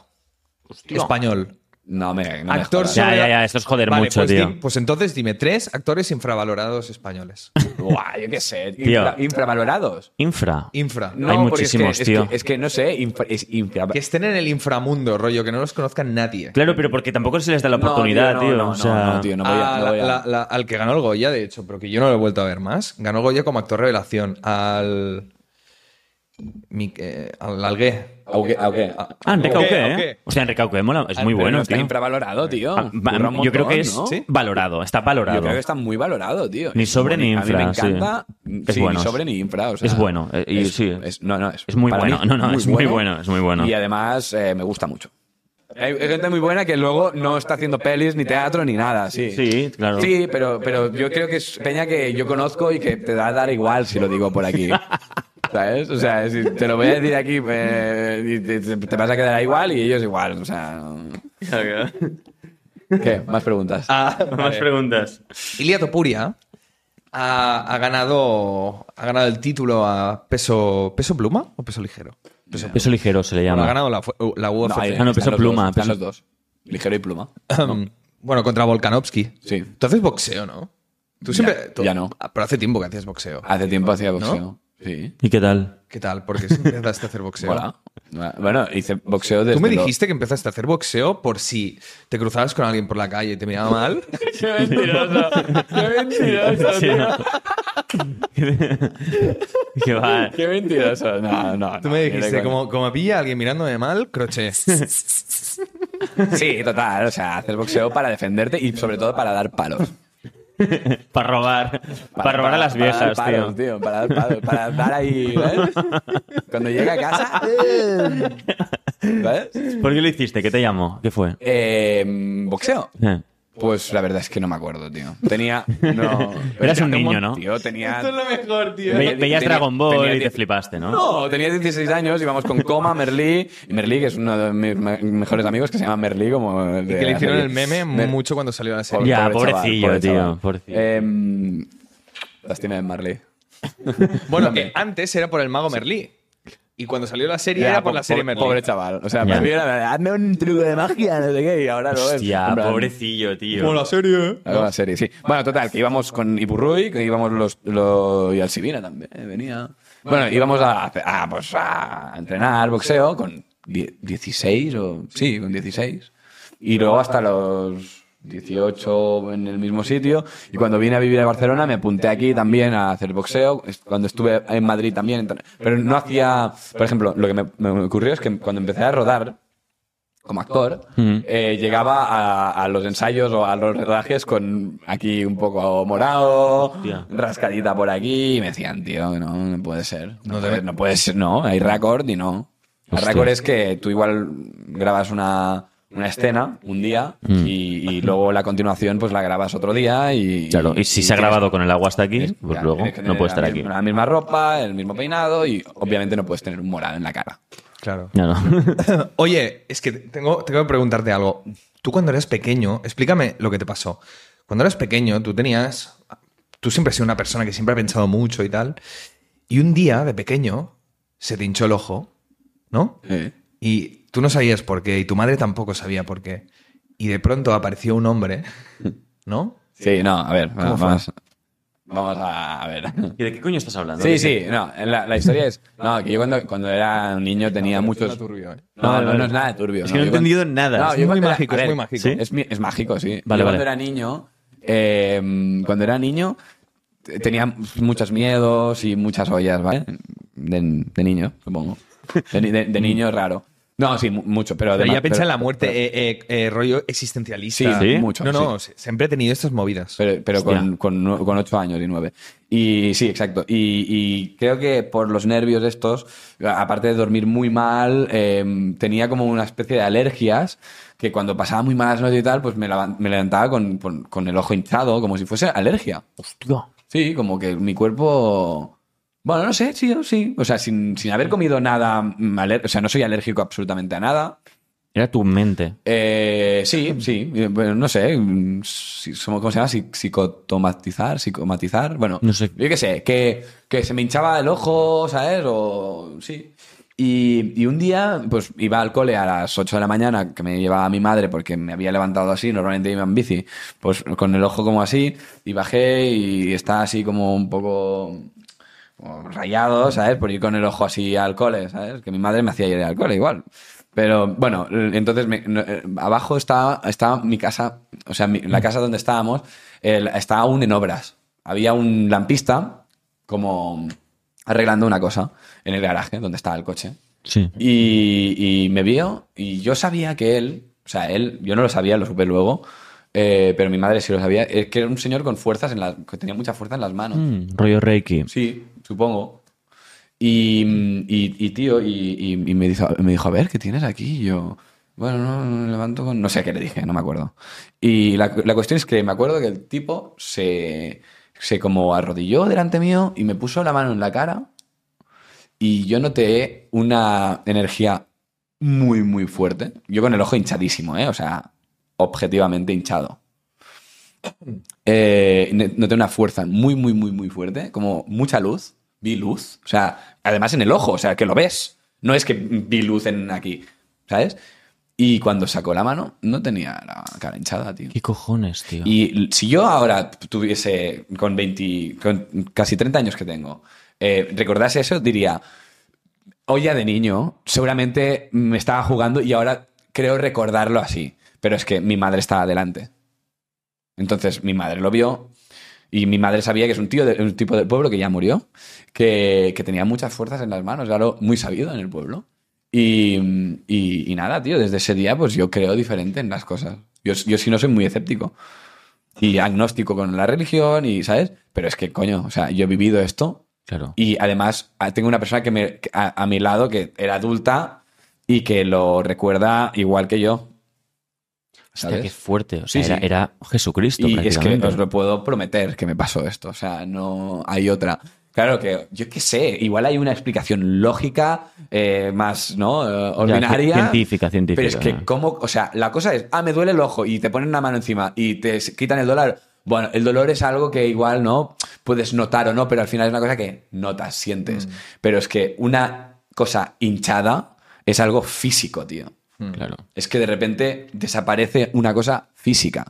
S1: Español.
S4: No me. no me
S1: Actor
S4: jodas.
S3: Ya,
S1: sobre-
S3: ya, ya, esto es joder
S1: Vale,
S3: mucho,
S1: pues,
S3: tío.
S1: di- pues entonces dime tres actores infravalorados españoles.
S4: Buah, yo qué
S3: <laughs>
S4: sé.
S3: Tío.
S4: infra- infravalorados.
S3: Infra.
S1: Infra.
S4: No,
S3: Hay
S4: porque
S3: muchísimos,
S4: es que, es
S3: tío.
S4: que- Es que, no sé, infra- es infra-
S1: Que estén en el inframundo, rollo, que no los conozca nadie.
S3: Claro, pero porque tampoco se les da la
S4: No, tío,
S3: oportunidad,
S4: no,
S3: tío.
S4: no,
S3: o
S4: no,
S3: sea,
S4: no, tío, no voy a-
S1: A
S4: no
S1: la-
S4: voy a-
S1: la- la- al que ganó el Goya, de hecho, pero que yo no lo he vuelto a ver más. Ganó Goya como actor revelación. Al. Mi- eh, al Algué.
S4: Auque- auque.
S3: Ah, Enrique
S1: Ok,
S3: Auque, ¿eh?
S1: ok.
S3: O sea, Enrique Auque mola, es
S1: Ah,
S3: muy
S1: pero
S4: Pero
S3: bueno,
S4: está
S3: tío.
S4: infravalorado, tío.
S3: Ah, va-
S4: Curra un
S3: yo creo
S4: montón,
S3: que es
S4: ¿no?
S1: Sí.
S3: <laughs> valorado, está valorado.
S4: Yo creo que está muy valorado, tío.
S3: Ni sobre ni
S4: A mí me
S3: infra, sí.
S4: encanta.
S3: Es
S4: sí,
S3: bueno.
S4: Ni sobre ni infra. o sea,
S3: Es bueno, eh, y
S4: es-
S3: sí.
S4: es- no, no, es,
S3: Es muy
S4: para
S3: bueno. <laughs>
S4: mí,
S3: No, no, es muy bueno, es muy bueno.
S4: Y además eh, me gusta mucho. Hay hay gente muy buena que luego no está haciendo pelis, ni teatro, ni nada, sí.
S3: Sí, claro.
S4: Sí, pero, pero yo creo que es peña que yo conozco y que te va a dar igual si lo digo
S3: <laughs>
S4: por aquí. ¿Sabes? O sea, si te lo voy a decir aquí, eh, y te, te- te vas a quedar igual y ellos igual. O sea, no. ¿qué? Más preguntas.
S1: Ah,
S3: <laughs> Más
S1: vale.
S3: preguntas.
S1: Ilia Topuria ha, ha ganado, ha ganado el título a peso, peso pluma o peso ligero.
S4: Pues
S1: Peso pluma.
S3: Peso ligero se le
S1: Bueno, ha
S3: llama.
S1: ganado la, fu- uh, la
S4: No,
S1: UFC.
S4: ahí
S3: Ah, no, peso
S4: están los dos,
S3: pluma,
S4: están
S3: peso-
S4: los dos. Ligero y pluma.
S1: <laughs> bueno, contra Volkanovski.
S4: Sí.
S1: Tú haces boxeo, ¿no? Tú siempre. tú-
S4: ya no. Ah.
S1: Ah, Pero hace tiempo que hacías boxeo.
S4: Hace tiempo hacía boxeo.
S1: ¿No?
S4: Sí.
S3: ¿Y qué
S4: <laughs>
S3: tal?
S1: ¿Qué tal? Porque siempre empezaste a hacer boxeo.
S4: Mola. Ah, Bueno, hice boxeo desde.
S1: Tú me
S4: lo-
S1: dijiste que empezaste a hacer boxeo por si te cruzabas con alguien por la calle y te miraba mal.
S3: Sí, ¿no? <laughs> que va.
S4: Qué mentiroso. No, no.
S1: Tú
S4: no,
S1: me
S4: ni de
S1: dijiste,
S4: coña.
S1: como, como pilla a alguien mirándome mal,
S4: <laughs>
S1: crochet.
S4: Sí, total. O sea, hacer boxeo para defenderte y sobre todo para dar palos.
S3: Para robar. Para, robar a las viejas,
S4: para dar palos,
S3: tío.
S4: Para dar palos, para dar ahí. ¿ves? Cuando llega
S1: <laughs>
S4: a casa. eh, ¿Ves?
S3: ¿Por qué lo hiciste? ¿Qué te llamó? ¿Qué fue?
S4: Eh, boxeo.
S3: Eh.
S4: Pues la verdad es que no me acuerdo, tío.
S3: <laughs>
S4: Tenía. No,
S3: Eras un
S4: tenía
S3: niño,
S4: mon-
S3: ¿no?
S4: Tío, tenía.
S1: lo mejor, tío.
S3: Ve- Veías
S4: tenía-
S3: Dragon Ball
S4: tenía
S3: y te
S4: diez-
S3: flipaste, ¿no?
S4: No, tenía 16 años, íbamos con Coma, Merlí. y Merlí, que es uno de mis me- mejores amigos, que se llama Merlí, como. el de
S1: Que le
S4: la
S1: hicieron
S4: serie.
S1: el meme
S4: Mer-
S1: mucho cuando salió la
S4: Pobre-
S1: serie.
S3: Ya,
S4: pobre chaval,
S3: pobrecillo,
S4: pobre
S3: tío,
S4: chaval.
S3: pobrecillo.
S4: Em, lástima de Merlí.
S1: Bueno, que antes era por el mago Merlí. Y cuando salió la serie
S4: Ya,
S1: era por
S4: po-
S1: la serie
S4: po-
S1: Merlí.
S4: Pobre chaval. O sea,
S3: Ya.
S4: me era, hazme un truco de magia, no sé qué, y ahora lo es.
S3: Hostia,
S4: En plan,
S3: pobrecillo, tío.
S1: Como la serie, ¿eh?
S4: Algo de la serie, sí. Bueno, total, que íbamos con Ipurruy, que íbamos los, lo- y Alcibina también, eh, venía. Bueno, íbamos a, a, pues, a entrenar boxeo con die- 16 o... Sí, con 16. Y luego hasta los 18 en el mismo sitio. Y cuando vine a vivir a Barcelona me apunté aquí también a hacer boxeo. Es- Cuando estuve en Madrid también. entren- Pero no hacía... Por ejemplo, lo que me, me ocurrió es que cuando empecé a rodar, como actor, eh, llegaba a, a los ensayos o a los rodajes con aquí un poco morado,
S3: Hostia.
S4: rascadita por aquí, y me decían, tío, no, no puede ser. No,
S1: No te-
S4: puede, no puede ser, <laughs> no, hay récord y no. El
S3: Hostia.
S4: récord es que tú igual grabas una, una escena un día
S3: Mm.
S4: y, y luego la continuación pues la grabas otro día y...
S3: Claro, y si se ha
S4: tienes-
S3: grabado con el agua hasta aquí,
S4: tienes-
S3: pues
S4: claro,
S3: luego
S4: tienes que
S3: no
S4: tener
S3: puede estar
S4: la
S3: aquí.
S4: misma- La misma ropa, el mismo peinado y obviamente no puedes tener un morado en la cara.
S1: Claro.
S3: Ya no.
S1: <coughs> Oye, es que tengo, tengo que preguntarte algo. Tú cuando eras pequeño, explícame lo que te pasó. Cuando eras pequeño, tú tenías... Tú siempre has sido una persona que siempre ha pensado mucho y tal. Y un día, de pequeño, se te hinchó el ojo, ¿no?
S4: ¿eh?
S1: Y tú no sabías por qué, y tu madre tampoco sabía por qué. Y de pronto apareció un hombre, ¿no?
S4: Sí, no, a ver,
S1: fue?
S4: vamos, vamos a, a ver.
S3: <laughs> ¿Y de qué coño estás hablando?
S4: Sí, sí, no, en la, la historia es, no, que yo cuando, cuando era un niño tenía muchos... No,
S1: ¿eh?
S3: Vale,
S4: no, no
S3: vale.
S4: es nada turbio.
S3: Es que no he
S4: Yo cuando-
S3: entendido nada. Es
S4: yo
S1: muy
S4: cuando
S1: mágico,
S4: a
S1: es muy mágico.
S3: ¿Sí?
S4: Es, mi- es mágico, sí.
S3: Vale, vale.
S4: yo cuando era niño, eh, cuando era niño, te- tenía muchos miedos y muchas ollas, ¿vale? De, de niño, supongo. De, ni- de- de niño es raro. No, sí, mu- mucho, pero... de
S1: Pero
S4: ma-
S1: ya piensa
S4: pero-
S1: en la muerte,
S4: pero-
S1: eh, eh, eh, rollo existencialista.
S3: Sí, sí.
S4: mucho,
S1: No, no, se- siempre he tenido estas movidas.
S4: Pero, pero con,
S3: Hostia.
S4: con, nue- con 8 años y 9. Y sí, exacto. Y, y creo que por los nervios estos, a- aparte de dormir muy mal, eh, tenía como una especie de alergias que cuando pasaba muy malas noches y tal, pues me, lavan- me levantaba con, con- con el ojo hinchado, como si fuese alergia.
S3: Hostia.
S4: Sí, como que mi cuerpo... Bueno, no sé, sí, sí. O sea, sin, sin haber comido nada... mm, aler- O sea, no soy alérgico absolutamente a nada.
S3: Era tu mente.
S4: Eh, sí, sí. Eh, bueno, no sé. mm, si- somos- ¿Cómo se llama? Si- Psicotomatizar, psicomatizar. Bueno,
S3: No sé.
S4: Yo qué sé. Que, que se me hinchaba el ojo, ¿sabes? O sí. Y, y un día, pues iba al cole a las 8 de la mañana, que me llevaba mi madre porque me había levantado así, normalmente iba en bici, pues con el ojo como así, y bajé y estaba así como un poco como rayado, ¿sabes? Por ir con el ojo así al cole, ¿sabes? Que mi madre me hacía ir al cole igual. Pero bueno, l- entonces me- no, eh, abajo estaba, estaba mi casa, o sea, mi- la casa donde estábamos eh, la- estaba aún en obras. Había un lampista como arreglando una cosa en el garaje donde estaba el coche.
S3: Sí.
S4: Y, y me vio y yo sabía que él, o sea, él, yo no lo sabía, lo supe luego, eh, pero mi madre sí lo sabía, es que era un señor con fuerzas, en las, que tenía mucha fuerza en las manos.
S3: Mm, rollo Reiki.
S4: Sí, supongo. Y, mm, y- y, tío, y, y- y me, dijo, me dijo, a ver, ¿qué tienes aquí? Y yo, bueno, no, no, me levanto con... No sé qué le dije, no me acuerdo. Y la, la cuestión es que me acuerdo que el tipo se, se como arrodilló delante mío y me puso la mano en la cara y yo noté una energía muy, muy fuerte. Yo con el ojo hinchadísimo, ¿eh? O sea, objetivamente hinchado. <clears throat> Eh, ne- noté una fuerza muy, muy, muy, muy fuerte, como mucha luz. Vi luz, o sea, además en el ojo, o sea, que lo ves. No es que vi luz en aquí, ¿sabes? Y cuando sacó la mano, no tenía la cara hinchada, tío.
S3: ¿Qué cojones, tío?
S4: Y l- si yo ahora tuviese con 20, con casi 30 años que tengo, eh, recordase eso, diría, olla de niño, seguramente me estaba jugando y ahora creo recordarlo así. Pero es que mi madre estaba delante. Entonces mi madre lo vio y mi madre sabía que es un tío, de- un tipo del pueblo que ya murió, que, que tenía muchas fuerzas en las manos, era algo muy sabido en el pueblo. Y, y- y nada, tío, desde ese día pues yo creo diferente en las cosas. Yo, yo sí no soy muy escéptico y agnóstico con la religión y, ¿sabes? Pero es que, coño, o sea, yo he vivido esto
S3: claro.
S4: y además ah, tengo una persona que me, que a, a mi lado que era adulta y que lo recuerda igual que yo.
S3: Hostia,
S4: ¿sabes?
S3: qué fuerte. O sea,
S4: Sí,
S3: era,
S4: sí.
S3: era Jesucristo
S4: Y es que
S3: prácticamente.
S4: os lo puedo prometer que me pasó esto. O sea, no hay otra. Claro que, yo qué sé, igual hay una explicación lógica eh, más, ¿no? Eh,
S3: Ya,
S4: ordinaria.
S3: Científica, científica.
S4: Pero es que,
S3: ¿no?
S4: ¿cómo? O sea, la cosa es, ah, me duele el ojo y te ponen una mano encima y te s- quitan el dólar. Bueno, el dolor es algo que igual no puedes notar o no, pero al final es una cosa que notas, sientes.
S3: Mm.
S4: Pero es que una cosa hinchada es algo físico, tío.
S3: Claro.
S4: Es que de repente desaparece una cosa física.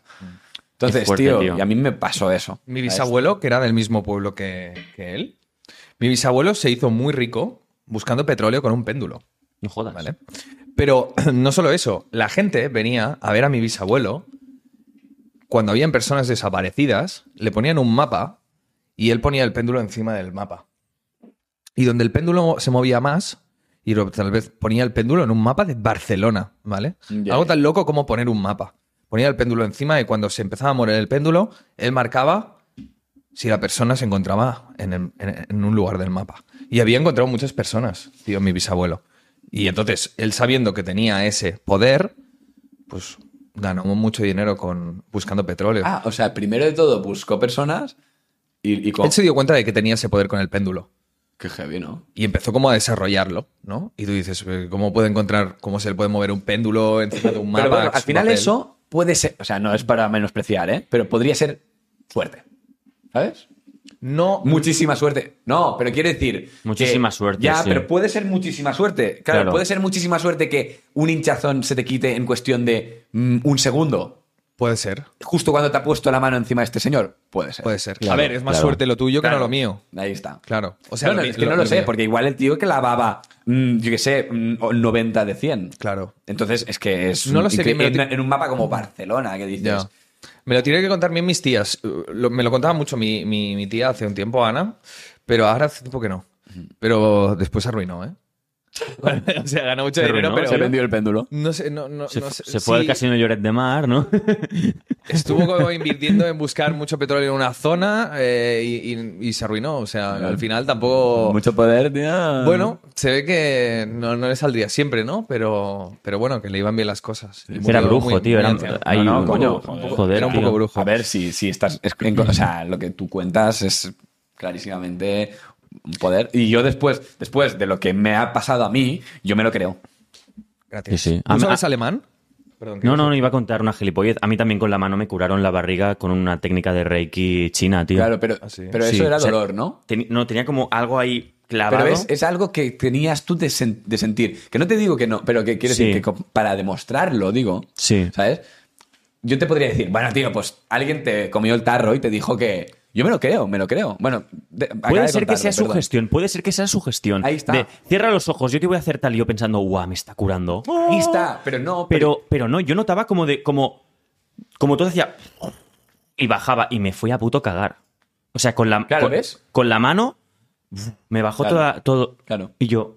S4: Entonces,
S3: Qué fuerte,
S4: tío,
S3: tío.
S4: y a mí me pasó eso.
S1: Mi bisabuelo, que era del mismo pueblo que, que él, mi bisabuelo se hizo muy rico buscando petróleo con un péndulo.
S3: No jodas.
S1: ¿vale? Pero <clears throat> no solo eso, la gente venía a ver a mi bisabuelo cuando habían personas desaparecidas, le ponían un mapa y él ponía el péndulo encima del mapa. Y donde el péndulo se movía más, y lo- tal vez ponía el péndulo en un mapa de Barcelona, ¿vale?
S4: Ya,
S1: Algo
S4: ya.
S1: tan loco como poner un mapa. Ponía el péndulo encima y cuando se empezaba a mover el péndulo, él marcaba si la persona se encontraba en, el- en- en un lugar del mapa. Y había encontrado muchas personas, tío, mi bisabuelo. Y entonces, él sabiendo que tenía ese poder, pues ganó mucho dinero con buscando petróleo.
S4: Ah, o sea, primero de todo buscó personas y, y con-
S1: Él se dio cuenta de que tenía ese poder con el péndulo.
S4: Qué heavy, ¿no?
S1: Y empezó como a desarrollarlo, ¿no? Y tú dices, eh, ¿cómo puede encontrar, cómo se le puede mover un péndulo encima de un mapa?
S4: Pero bueno, al
S1: un
S4: final
S1: papel?
S4: eso puede ser, o sea, no es para menospreciar, ¿eh? Pero podría ser suerte. ¿Sabes?
S1: No,
S4: Muchísima suerte. No, pero quiere decir.
S3: Muchísima
S4: que-
S3: suerte,
S4: Ya,
S3: sí.
S4: pero puede ser muchísima suerte. Claro,
S3: Claro.
S4: puede ser muchísima suerte que un hinchazón se te quite en cuestión de mm, un segundo.
S1: puede ser,
S4: Justo cuando te ha puesto la mano encima este señor. Puede ser.
S1: puede ser. a
S3: Claro,
S1: ver, es más
S3: claro.
S1: suerte lo tuyo
S4: Claro.
S1: que no lo mío.
S4: Ahí está.
S1: Claro. O sea,
S4: No, no,
S1: mi-
S4: es que no lo, sé,
S1: mío.
S4: porque igual el tío que lavaba, mm, yo qué sé, mm, o 90 de 100.
S1: Claro.
S4: Entonces es que es.
S1: No lo sé,
S4: incre-
S1: que me lo
S4: en,
S1: ti-
S4: en un mapa como Barcelona, que dices.
S1: Ya. Me lo tiene que contar bien mis tías. Uh, lo- me lo contaba mucho mi, mi- mi tía hace un tiempo, Ana, pero ahora hace tiempo que no. Pero después se arruinó, ¿eh? <laughs> o sea, ganó mucho
S3: Se
S1: dinero,
S3: arruinó,
S1: pero...
S4: Se vendió el péndulo.
S1: No sé, no, no,
S3: Se,
S1: no
S3: fu-
S1: sé.
S3: se fue al
S1: Sí,
S3: casino Lloret de Mar, ¿no?
S1: Estuvo <laughs> como invirtiendo en buscar mucho petróleo en una zona eh, y, y- y se arruinó. O sea, al final tampoco.
S4: Mucho poder, tío.
S1: Bueno, se ve que no, no le saldría siempre, ¿no? Pero, pero bueno, que le iban bien las cosas. Y
S3: <laughs>
S1: murió
S3: era brujo,
S1: muy-
S3: tío.
S1: muy
S3: Era,
S1: anciano.
S3: hay
S4: No, no,
S3: un-
S4: coño,
S3: Joder,
S1: era un poco
S3: tío.
S1: brujo.
S4: A ver, si, si estás. es- en- o sea, lo que tú cuentas es clarísimamente un poder. Y yo después, después de lo que me ha pasado a mí, yo me lo creo.
S1: Gracias.
S3: Sí, sí.
S1: ¿Tú
S4: Ah,
S3: A mí-
S1: sabes
S3: a-
S1: alemán? Perdón, que
S3: No, no, no iba a contar una gilipollez. A mí también con la mano me curaron la barriga con una técnica de Reiki china, tío.
S4: Claro, pero,
S1: Ah, sí.
S4: pero
S3: Sí,
S4: eso era
S3: o sea,
S4: dolor, ¿no?
S3: teni- no, tenía como algo ahí clavado.
S4: Pero es, es algo que tenías tú de, sen- de sentir. Que no te digo que no, pero que quiero
S3: Sí.
S4: decir que co- para demostrarlo, digo.
S3: Sí.
S4: ¿Sabes? Yo te podría decir, bueno, tío, pues alguien te comió el tarro y te dijo que. Yo me lo creo, me lo creo. Bueno, de- acaba
S3: Puede
S4: de
S3: ser que
S4: contarlo,
S3: sea su
S4: perdón.
S3: gestión, puede ser que sea su gestión.
S4: Ahí está.
S3: De, cierra los ojos, yo te voy a hacer tal y yo pensando, guau, me está curando.
S4: Ahí está, pero no.
S3: Pero, pero no, yo notaba como de, como, como todo hacía y bajaba y me fui a puto cagar. O sea, con la,
S4: Claro,
S3: con,
S4: ¿ves?
S3: con la mano me bajó
S4: Claro.
S3: toda- todo.
S4: Claro.
S3: Y yo.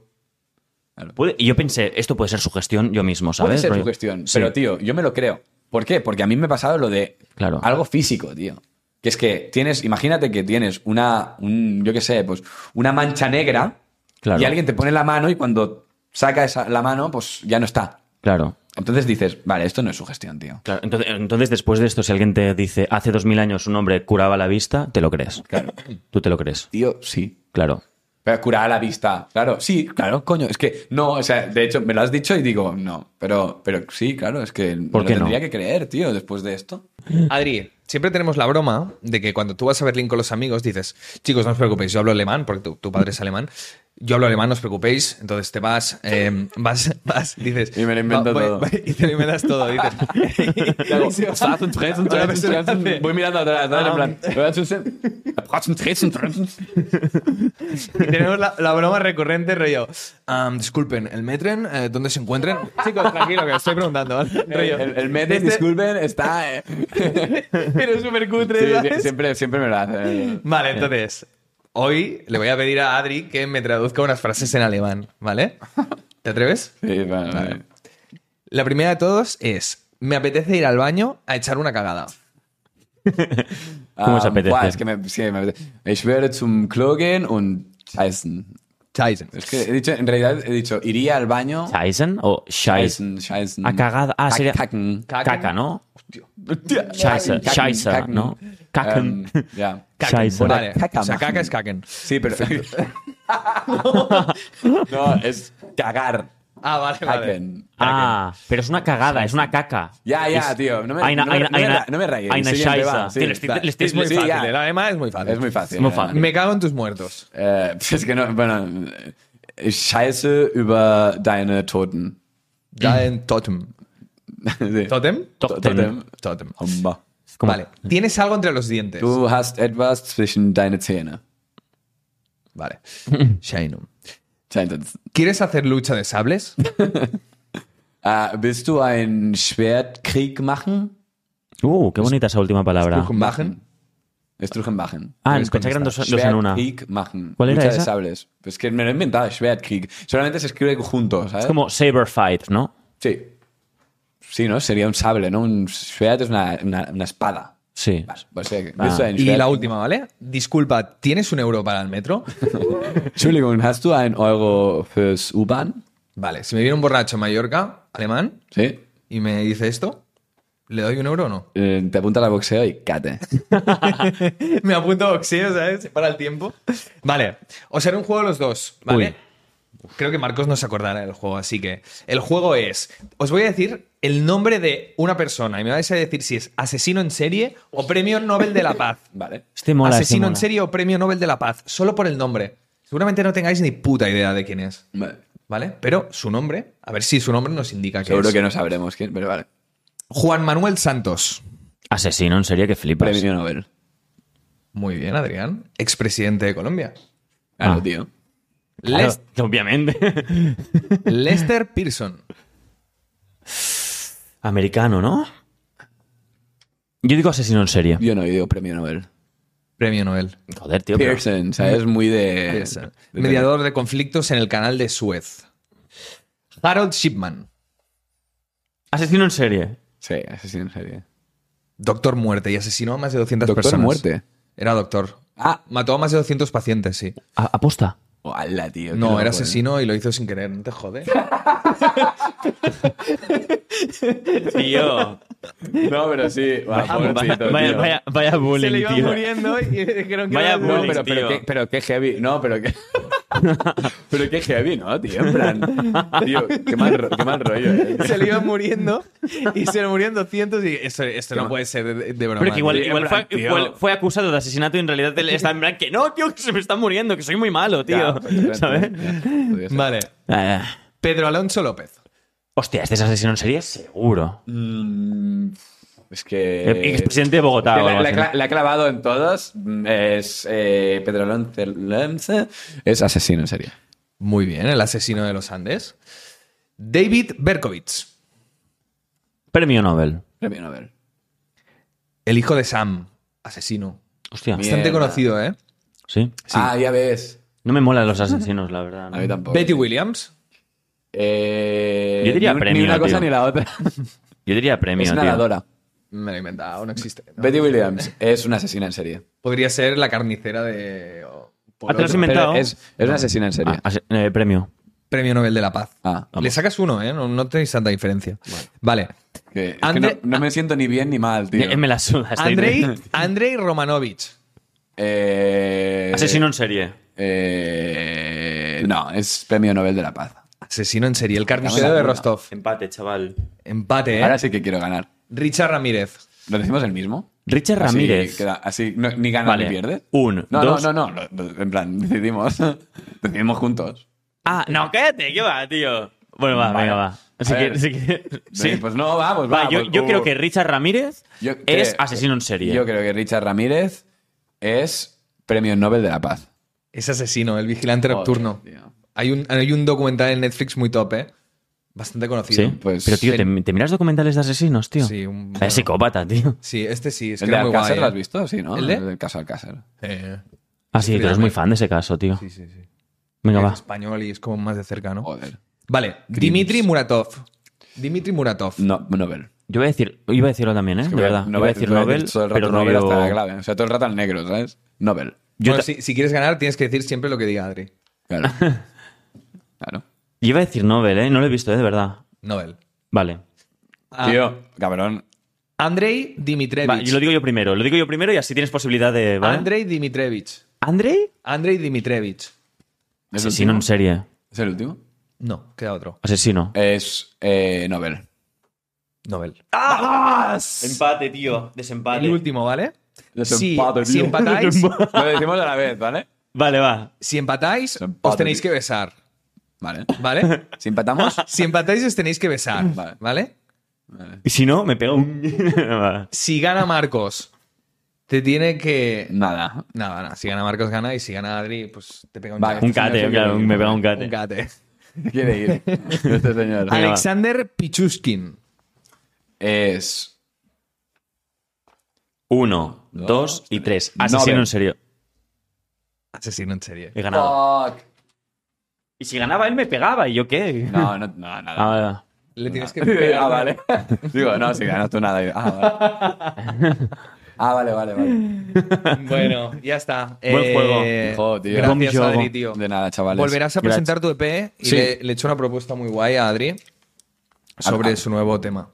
S4: Claro.
S3: puede- y yo pensé, esto puede ser su gestión yo mismo, ¿sabes?
S4: Puede ser
S3: Rollo-
S4: su gestión,
S3: Sí.
S4: pero tío, yo me lo creo. ¿Por qué? Porque a mí me ha pasado lo de
S3: Claro.
S4: algo físico, tío. Que es que tienes, imagínate que tienes una, un, yo qué sé, pues una mancha negra
S3: Claro.
S4: y alguien te pone la mano y cuando saca esa- la mano, pues ya no está.
S3: Claro.
S4: Entonces dices, vale, esto no es su gestión, tío.
S3: Claro, entonces, entonces, después de esto, si alguien te dice hace dos mil años un hombre curaba la vista, te lo crees. Claro. Tú te lo crees.
S4: Tío, sí.
S3: Claro.
S4: Pero curar a la vista, claro, sí, claro, coño, es que no, o sea, de hecho me lo has dicho y digo, no, pero, pero sí, claro, es que
S3: ¿Por
S4: me
S3: qué
S4: lo
S3: no?
S4: tendría que creer, tío, después de esto.
S1: Adri, siempre tenemos la broma de que cuando tú vas a Berlín con los amigos dices, chicos, no os preocupéis, yo hablo alemán, porque tu, tu padre es alemán. Yo hablo alemán, no os preocupéis. Entonces te vas, eh, <laughs> vas, vas, dices.
S4: Y me lo invento
S1: voy-
S4: todo.
S1: voy- y te lo inventas todo,
S4: <laughs>
S1: dices. <laughs>
S4: Sí, o sea,
S1: Una persona hace-
S4: Voy mirando atrás, ¿no?
S1: Ah.
S4: en plan.
S1: Y tenemos la, la broma recurrente, rollo. "Am, disculpen, ¿el metren? eh, ¿Dónde se encuentran? Chicos, tranquilo, que os estoy preguntando, ¿vale? Rollo,
S4: El, el mete,
S1: este- <laughs>
S4: disculpen, está. eh,
S1: Pero súper cutre,
S4: sí,
S1: ¿sabes?
S4: sí, siempre, siempre me lo hace.
S1: Vale, entonces, hoy le voy a pedir a Adri que me traduzca unas frases en alemán,
S4: <laughs>
S1: ¿vale? ¿Te atreves?
S4: Sí, vale, vale.
S1: La primera de todos es, me apetece ir al baño a echar una cagada.
S3: ¿Cómo os
S4: Ah,
S3: apetece?
S4: buah, es que me, sí, me apetece. Ich werde zum Klo gehen und scheißen.
S1: Tyson.
S4: Es que he dicho, en realidad he dicho, iría al baño.
S3: ¿Scheißen o Scheißen?
S4: Scheißen, scheißen.
S3: A cagada. Ah,
S4: Kack-
S3: sería.
S4: kacken.
S3: Caca, ¿no? Scheiße,
S4: Scheiße,
S3: Scheiße, ¿no? Kacken.
S4: ya.
S3: Scheiße.
S4: Hola.
S1: Vale,
S4: Caca
S1: o sea,
S4: machen.
S1: caca es caquen.
S4: Sí, pero. <laughs> no, es cagar.
S1: Ah, vale, vale.
S4: Kacken.
S3: Ah, pero es una cagada, es una caca.
S4: Ya, ya,
S3: Es-
S4: tío. No me,
S3: Hay una-
S4: no me,
S3: hay una-
S4: no me
S3: hay una-
S4: ra- no me rayes.
S3: hay una
S4: sí,
S3: Scheiße.
S4: va, sí,
S3: Tío, le estoy-
S4: va.
S3: le estoy-
S1: Es muy
S4: Sí,
S1: fácil,
S4: ya.
S1: el alemán es muy fácil.
S4: Es muy fácil.
S3: Muy
S4: eh.
S3: fácil.
S1: Me cago en tus muertos.
S4: Eh, <laughs> es que no, bueno, eh, Scheiße über deine Toten. <laughs> Mm.
S1: Ya en Totem.
S4: Sí.
S1: ¿Totem?
S3: Totem.
S4: Totem.
S1: Totem.
S4: Homba.
S3: como-
S1: Vale, tienes algo entre los dientes.
S4: Du hast etwas zwischen deine Zähne. <laughs>
S1: Vale. Shainum.
S4: Scheint es.
S1: ¿Quieres hacer lucha de sables?
S4: Ah, willst du einen Schwertkrieg machen?
S3: Uh, qué bonita esa última palabra.
S1: Machen.
S4: Struchen machen.
S3: Ah,
S1: puedes
S3: pensé que eran dos,
S1: contestar.
S3: dos en una.
S4: Schwertkrieg machen.
S3: ¿Cuál era
S4: Lucha
S3: esa?
S4: de sables. Es que me lo he inventado, Schwertkrieg. Solamente se escribe juntos, ¿sabes?
S3: Es como Saber Fight, ¿no?
S4: Sí. Sí, ¿no? Sería un sable, ¿no? Un Schwert es una, una, una espada.
S3: Sí.
S4: Vas, vas,
S3: Ah.
S4: eh, willst du einen
S1: Y
S4: Schwert-
S1: la última, ¿vale? Disculpa, ¿tienes un euro para el metro?
S4: Entschuldigung, hast du einen Euro fürs U-Bahn?
S1: Vale, si me viene un borracho en Mallorca, alemán,
S4: Sí.
S1: y me dice esto, ¿le doy un euro o no?
S4: Eh, te apunta la boxeo y
S3: <laughs>
S4: cate.
S1: <laughs> me apunto a boxeo, ¿sabes? Para el tiempo. Vale, os haré un juego a los dos, ¿vale? Creo que Marcos no se acordará del juego, así que el juego es, os voy a decir el nombre de una persona y me vais a decir si es asesino en serie o premio Nobel de la
S3: <laughs>
S1: Paz.
S4: Vale.
S3: Este mola, este
S1: asesino en
S3: mola.
S1: serie o premio Nobel de la Paz, solo por el nombre. Seguramente no tengáis ni puta idea de quién es.
S4: Vale.
S1: ¿Vale? Pero su nombre, a ver si su nombre nos indica que
S4: Seguro
S1: es.
S4: que no sabremos quién, pero vale.
S1: Juan Manuel Santos.
S3: Asesino en serie que flipas.
S4: Premio Nobel.
S1: Muy bien, Adrián. Expresidente de
S4: <laughs>
S1: Colombia.
S4: Claro,
S3: Ah.
S4: tío.
S3: Claro,
S1: Les-
S3: obviamente. <laughs>
S1: Lester Pearson.
S3: Americano, ¿no? Yo digo asesino en serie.
S4: Yo no, yo digo premio Nobel.
S1: Premio Nobel.
S3: Joder, tío. pero-
S4: Pearson, ¿sabes? Muy de...
S1: Pearson.
S4: de-
S1: Mediador de conflictos en el canal de Suez. Harold Shipman.
S3: Asesino en serie.
S4: Sí, asesino en serie.
S1: Doctor Muerte y asesinó a más de 200
S4: Doctor
S1: personas.
S4: Muerte.
S1: Era doctor.
S4: Ah,
S1: Mató a más de 200 pacientes, sí.
S3: A- aposta.
S4: hola, tío. qué
S1: No,
S4: loco,
S1: era
S4: ¿eh?
S1: asesino y lo hizo sin querer. No te
S3: <laughs>
S1: jode.
S3: Tío.
S4: No, pero sí. va, pobrecito, tío.
S3: Vaya, vaya, vaya bullying, tío.
S1: muriendo y <laughs> dijeron
S3: Vaya
S1: era-
S4: No,
S3: bullying.
S4: pero, pero,
S3: tío.
S4: qué, <laughs> pero qué heavy. No, pero qué... Pero qué heavy, ¿no, tío? En plan, tío, qué mal, ro- qué mal rollo. <laughs> eh.
S1: se le iban muriendo y se le murieron 200 y eso, esto no puede ser de, de broma. ¿eh?
S3: Pero que igual,
S1: tío.
S3: igual
S4: en
S3: fue,
S4: plan, tío.
S3: igual fue acusado de asesinato y en realidad él está en plan que no, tío, que se me está muriendo, que soy muy malo, tío.
S4: Ya, pues,
S3: ¿Sabes?
S4: ya, podría ser.
S1: Vale.
S3: Eh,
S1: Pedro Alonso López.
S3: hostia, este es asesino en serie seguro.
S4: Mm, Es que.
S3: Ex Expresidente de
S4: Que
S3: Bogotá. o
S4: Eh, la,
S3: algo
S4: la
S3: así,
S4: cla- la he clavado en todos. Mm, Es eh, Pedro Alonso Lence. Es asesino en serie.
S1: Muy bien, el asesino de los Andes. David Berkovich,
S3: ¿no? Premio Nobel.
S4: Premio Nobel.
S1: el hijo de Sam, asesino.
S3: Hostia.
S4: Mierda.
S1: Bastante conocido, ¿eh?
S3: Sí.
S4: Ah, ya ves.
S3: No me molan los asesinos, la verdad. ¿no?
S4: A mí tampoco.
S1: Betty Williams.
S4: Eh,
S3: Yo diría
S4: ni un-
S3: premio,
S4: Ni una cosa
S3: tío.
S4: ni la otra. <laughs>
S3: Yo diría premio,
S4: es
S3: tío.
S4: nadadora.
S1: Me lo he inventado, no existe. ¿no?
S4: Betty Williams es una asesina en serie.
S1: Podría ser la carnicera de. o-
S3: Ah, te lo has inventado.
S4: Pero es, es una asesina en serie.
S3: Ah, ase- eh, premio.
S1: Premio Nobel de la Paz.
S4: Ah,
S1: Le sacas uno, ¿eh? No, no tenéis tanta diferencia. Vale.
S4: Que- es que
S1: Andre-
S4: no, no me siento ni bien ni mal, tío.
S3: Eh, Me la suda. estoy-
S4: <laughs>
S1: Andrei, Andrei Romanovich.
S4: Eh,
S3: Asesino en serie.
S4: eh, no, es premio Nobel de la Paz.
S1: Asesino en serie, el carnicero de
S4: Bueno.
S1: Rostov.
S3: Empate, chaval.
S4: Ah,
S1: Empate, ¿eh?
S4: Ahora sí que quiero ganar.
S1: Richard Ramírez.
S4: ¿Lo decimos el mismo?
S3: Richard
S4: Así
S3: Ramírez.
S4: queda- así, no- ni ganas
S3: Vale.
S4: ni pierdes.
S3: Un,
S4: no,
S3: dos.
S4: No, no, no, lo- lo- En plan, decidimos. <laughs> decidimos juntos. <laughs>
S3: Ah, no, cállate, ¿qué va, tío? Bueno, va, venga, va. Así
S4: A
S3: que,
S4: ver.
S3: así que- sí.
S4: Pues no, vamos,
S3: Va, yo,
S4: vamos.
S3: yo
S4: Uh.
S3: creo que Richard Ramírez
S4: Yo
S3: es
S4: creo-
S3: asesino en serie.
S4: Yo creo que Richard Ramírez es premio Nobel de la Paz.
S1: Es asesino, el vigilante
S4: Joder,
S1: nocturno.
S4: tío.
S1: Hay un, hay un documental en Netflix muy top, ¿eh? Bastante conocido.
S3: Sí,
S4: Pues-
S3: pero tío, ¿te, te miras documentales de asesinos, tío?
S1: Sí, un-
S3: Es psicópata, tío.
S1: Sí, este sí, es que
S4: ¿El de
S1: era muy
S4: Alcácer
S1: guay.
S4: lo
S1: ¿eh?
S4: has visto? Sí, ¿no?
S1: ¿El de?
S4: caso Alcácer.
S1: Eh,
S3: Ah, sí, tú eres muy fan de ese caso, tío.
S1: sí, sí, sí.
S3: Venga,
S1: es
S3: va.
S1: español y es como más de cerca, ¿no?
S4: Joder.
S1: Vale, Dimitri Muratov. Dimitri Muratov.
S3: Mm,
S4: No, Nobel.
S3: Yo iba a decir, iba a decirlo también, ¿eh? De verdad. Iba a decir
S4: lo he
S3: Nobel,
S4: dicho todo el rato
S3: pero
S4: Nobel
S3: rollo-
S4: hasta la clave. O sea, todo el rato al negro, ¿sabes? Nobel.
S3: Yo
S1: Bueno,
S3: ta-
S1: si, si quieres ganar, tienes que decir siempre lo que diga Adri.
S3: <laughs>
S4: Claro. claro.
S3: yo iba a decir Nobel, ¿eh? No lo he visto, ¿eh? De verdad.
S1: Nobel.
S3: Vale.
S1: Ah,
S4: Tío, cabrón.
S1: Andrei Dimitrevich.
S3: Va, yo lo digo yo primero. Lo digo yo primero y así tienes posibilidad de... ¿vale?
S1: Andrei Dimitrevich.
S3: ¿Andrei?
S1: Andrei Dimitrevich.
S4: ¿Es el
S3: Asesino
S4: último?
S3: en serie.
S4: ¿Es el último?
S1: No, queda otro.
S3: Asesino.
S4: Es eh, Nobel.
S1: Nobel. ¡Ah!
S3: Empate, tío. Desempate.
S1: El último, ¿vale? Si,
S4: <laughs> Desempate,
S1: si
S4: tío.
S1: empatáis,
S4: Lo decimos a la vez, ¿vale?
S3: Vale, va.
S1: si empatáis,
S4: Desempate,
S1: os tenéis
S4: tío.
S1: que besar,
S4: Vale. <laughs>
S1: ¿vale?
S3: <laughs>
S4: Si empatamos,
S1: Si empatáis, os tenéis que besar,
S4: Vale.
S1: ¿vale?
S3: Y si no, me pega un... <laughs> Va.
S1: Si gana Marcos, te tiene que...
S4: nada.
S1: Nada, nada. Si gana Marcos, gana. Y si gana Adri, pues te pega un...
S4: Vale,
S1: jab.
S3: un cate, claro, me pega un cate.
S1: Un cate.
S4: Quiere ir este señor.
S3: Venga, va.
S1: Alexander Pichushkin.
S4: Es
S3: Uno, dos y tres. Ah, Asesino
S4: Nobel.
S3: en serio.
S1: Asesino en serie.
S3: He ganado.
S4: Fuck.
S3: Y si ganaba él me pegaba, ¿y yo qué?
S4: No, no, no, nada.
S3: Ah, vale, vale.
S1: Le tienes que...
S4: <laughs> ah, vale. Digo, no, si ganas tú nada. Digo, Ah, vale. <laughs> Ah, vale, vale, vale.
S1: Bueno, ya está.
S3: Buen
S1: Eh,
S4: juego. Joder, tío.
S3: Buen
S1: Gracias,
S3: juego.
S1: Adri, tío.
S4: De nada, chavales.
S1: Volverás a
S3: Gracias.
S1: presentar tu EP y
S4: Sí.
S1: le, le echo una propuesta muy guay a Adri sobre
S4: a-
S1: su nuevo tema.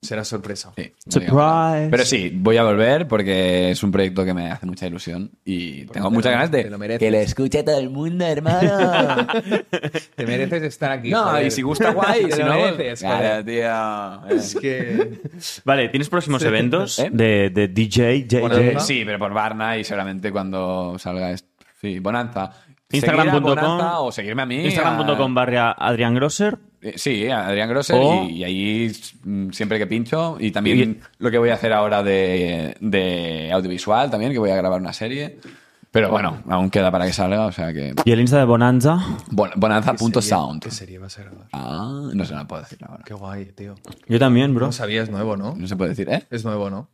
S1: Será sorpresa.
S4: Sí, no digo nada. Pero sí, voy a volver porque es un proyecto que me hace mucha ilusión y
S1: Pues
S4: tengo
S1: te
S4: muchas
S1: lo-
S4: ganas de
S1: te lo mereces.
S4: que lo escuche todo el mundo, hermano.
S1: <laughs> Te mereces estar aquí.
S4: no,
S1: joder.
S4: y si
S1: <laughs>
S4: gusta, guay.
S1: Te
S4: si
S1: lo
S4: no,
S1: mereces,
S4: Claro,
S1: joder.
S4: tío. Eh,
S1: Es
S3: <laughs>
S1: que.
S3: Vale, ¿tienes próximos eventos
S4: ¿Eh?
S3: de, de DJ?
S1: Bonanza.
S3: JJ?
S4: eh, sí, pero por Barna y seguramente cuando salga esto. Sí, Bonanza.
S3: Instagram punto com.
S4: Seguir a Bonanza o seguirme a mí.
S3: Instagram.com
S4: a-
S3: barra Adrián Grosser.
S4: Eh, Sí, a Adrián Grosser
S3: O-
S4: y, y ahí mm, siempre que pincho. Y también
S3: Y-
S4: lo que voy a hacer ahora de, de audiovisual también, que voy a grabar una serie. Pero bueno, aún queda para que salga, o sea que...
S3: Y el Insta de Bonanza.
S4: Bon-
S1: ¿Qué
S4: Bonanza.sound.
S1: serie vas a grabar?
S4: Ah, no se la puedo decir ahora.
S1: Qué guay, tío.
S3: Yo también, bro.
S1: No sabía, es nuevo, ¿no?
S4: No se puede decir, ¿eh? <laughs>
S1: Es nuevo, ¿no?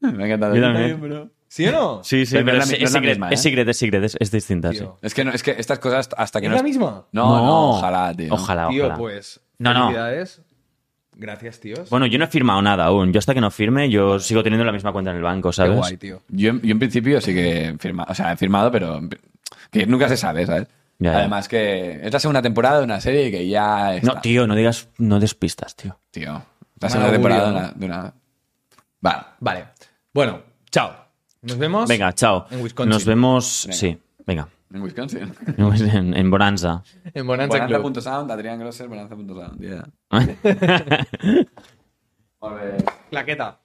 S4: Me ha encantado.
S3: Yo también.
S4: bro.
S1: ¿Sí o no?
S3: Sí, sí,
S4: Pero
S3: pero,
S4: no es la
S3: es,
S4: mi- no
S3: es
S4: es la
S3: secret,
S4: misma,
S3: es
S4: ¿eh?
S3: secret, es secret, es, es distinta, sí.
S1: Tío.
S4: Es que, no, es que estas cosas hasta que
S1: ¿Es
S4: no...
S1: la misma?
S4: No, no, ojalá, tío.
S3: Ojalá,
S1: tío,
S3: ojalá.
S1: pues.
S3: No, no.
S1: Felicidades. Gracias, tíos.
S3: Bueno, yo no he firmado nada aún. Yo hasta que no firme, yo sigo teniendo la misma cuenta en el banco,
S1: Qué
S3: ¿sabes?
S1: guay, tío.
S4: Yo, en- yo en principio sí que he firmado, o sea, he firmado, pero en pri- que nunca se sabe, ¿sabes?
S3: Ya, ya.
S4: Además que es la segunda temporada de una serie que ya está.
S3: No, tío, no digas, no des pistas, tío.
S4: tío. La
S1: Mal
S4: segunda
S1: augurio,
S4: temporada de
S1: ¿no?
S4: una, de una- Vale.
S1: Vale. Bueno, chao. Nos vemos.
S3: Venga, chao.
S1: En Wisconsin.
S3: Nos vemos. Sí, venga.
S4: En Wisconsin.
S3: en, en Bonanza.
S1: En Bonanza Club.
S4: Bonanza.sound, Adrián Grosser, Bonanza.sound. Yeah. Molt bé.
S1: Claqueta.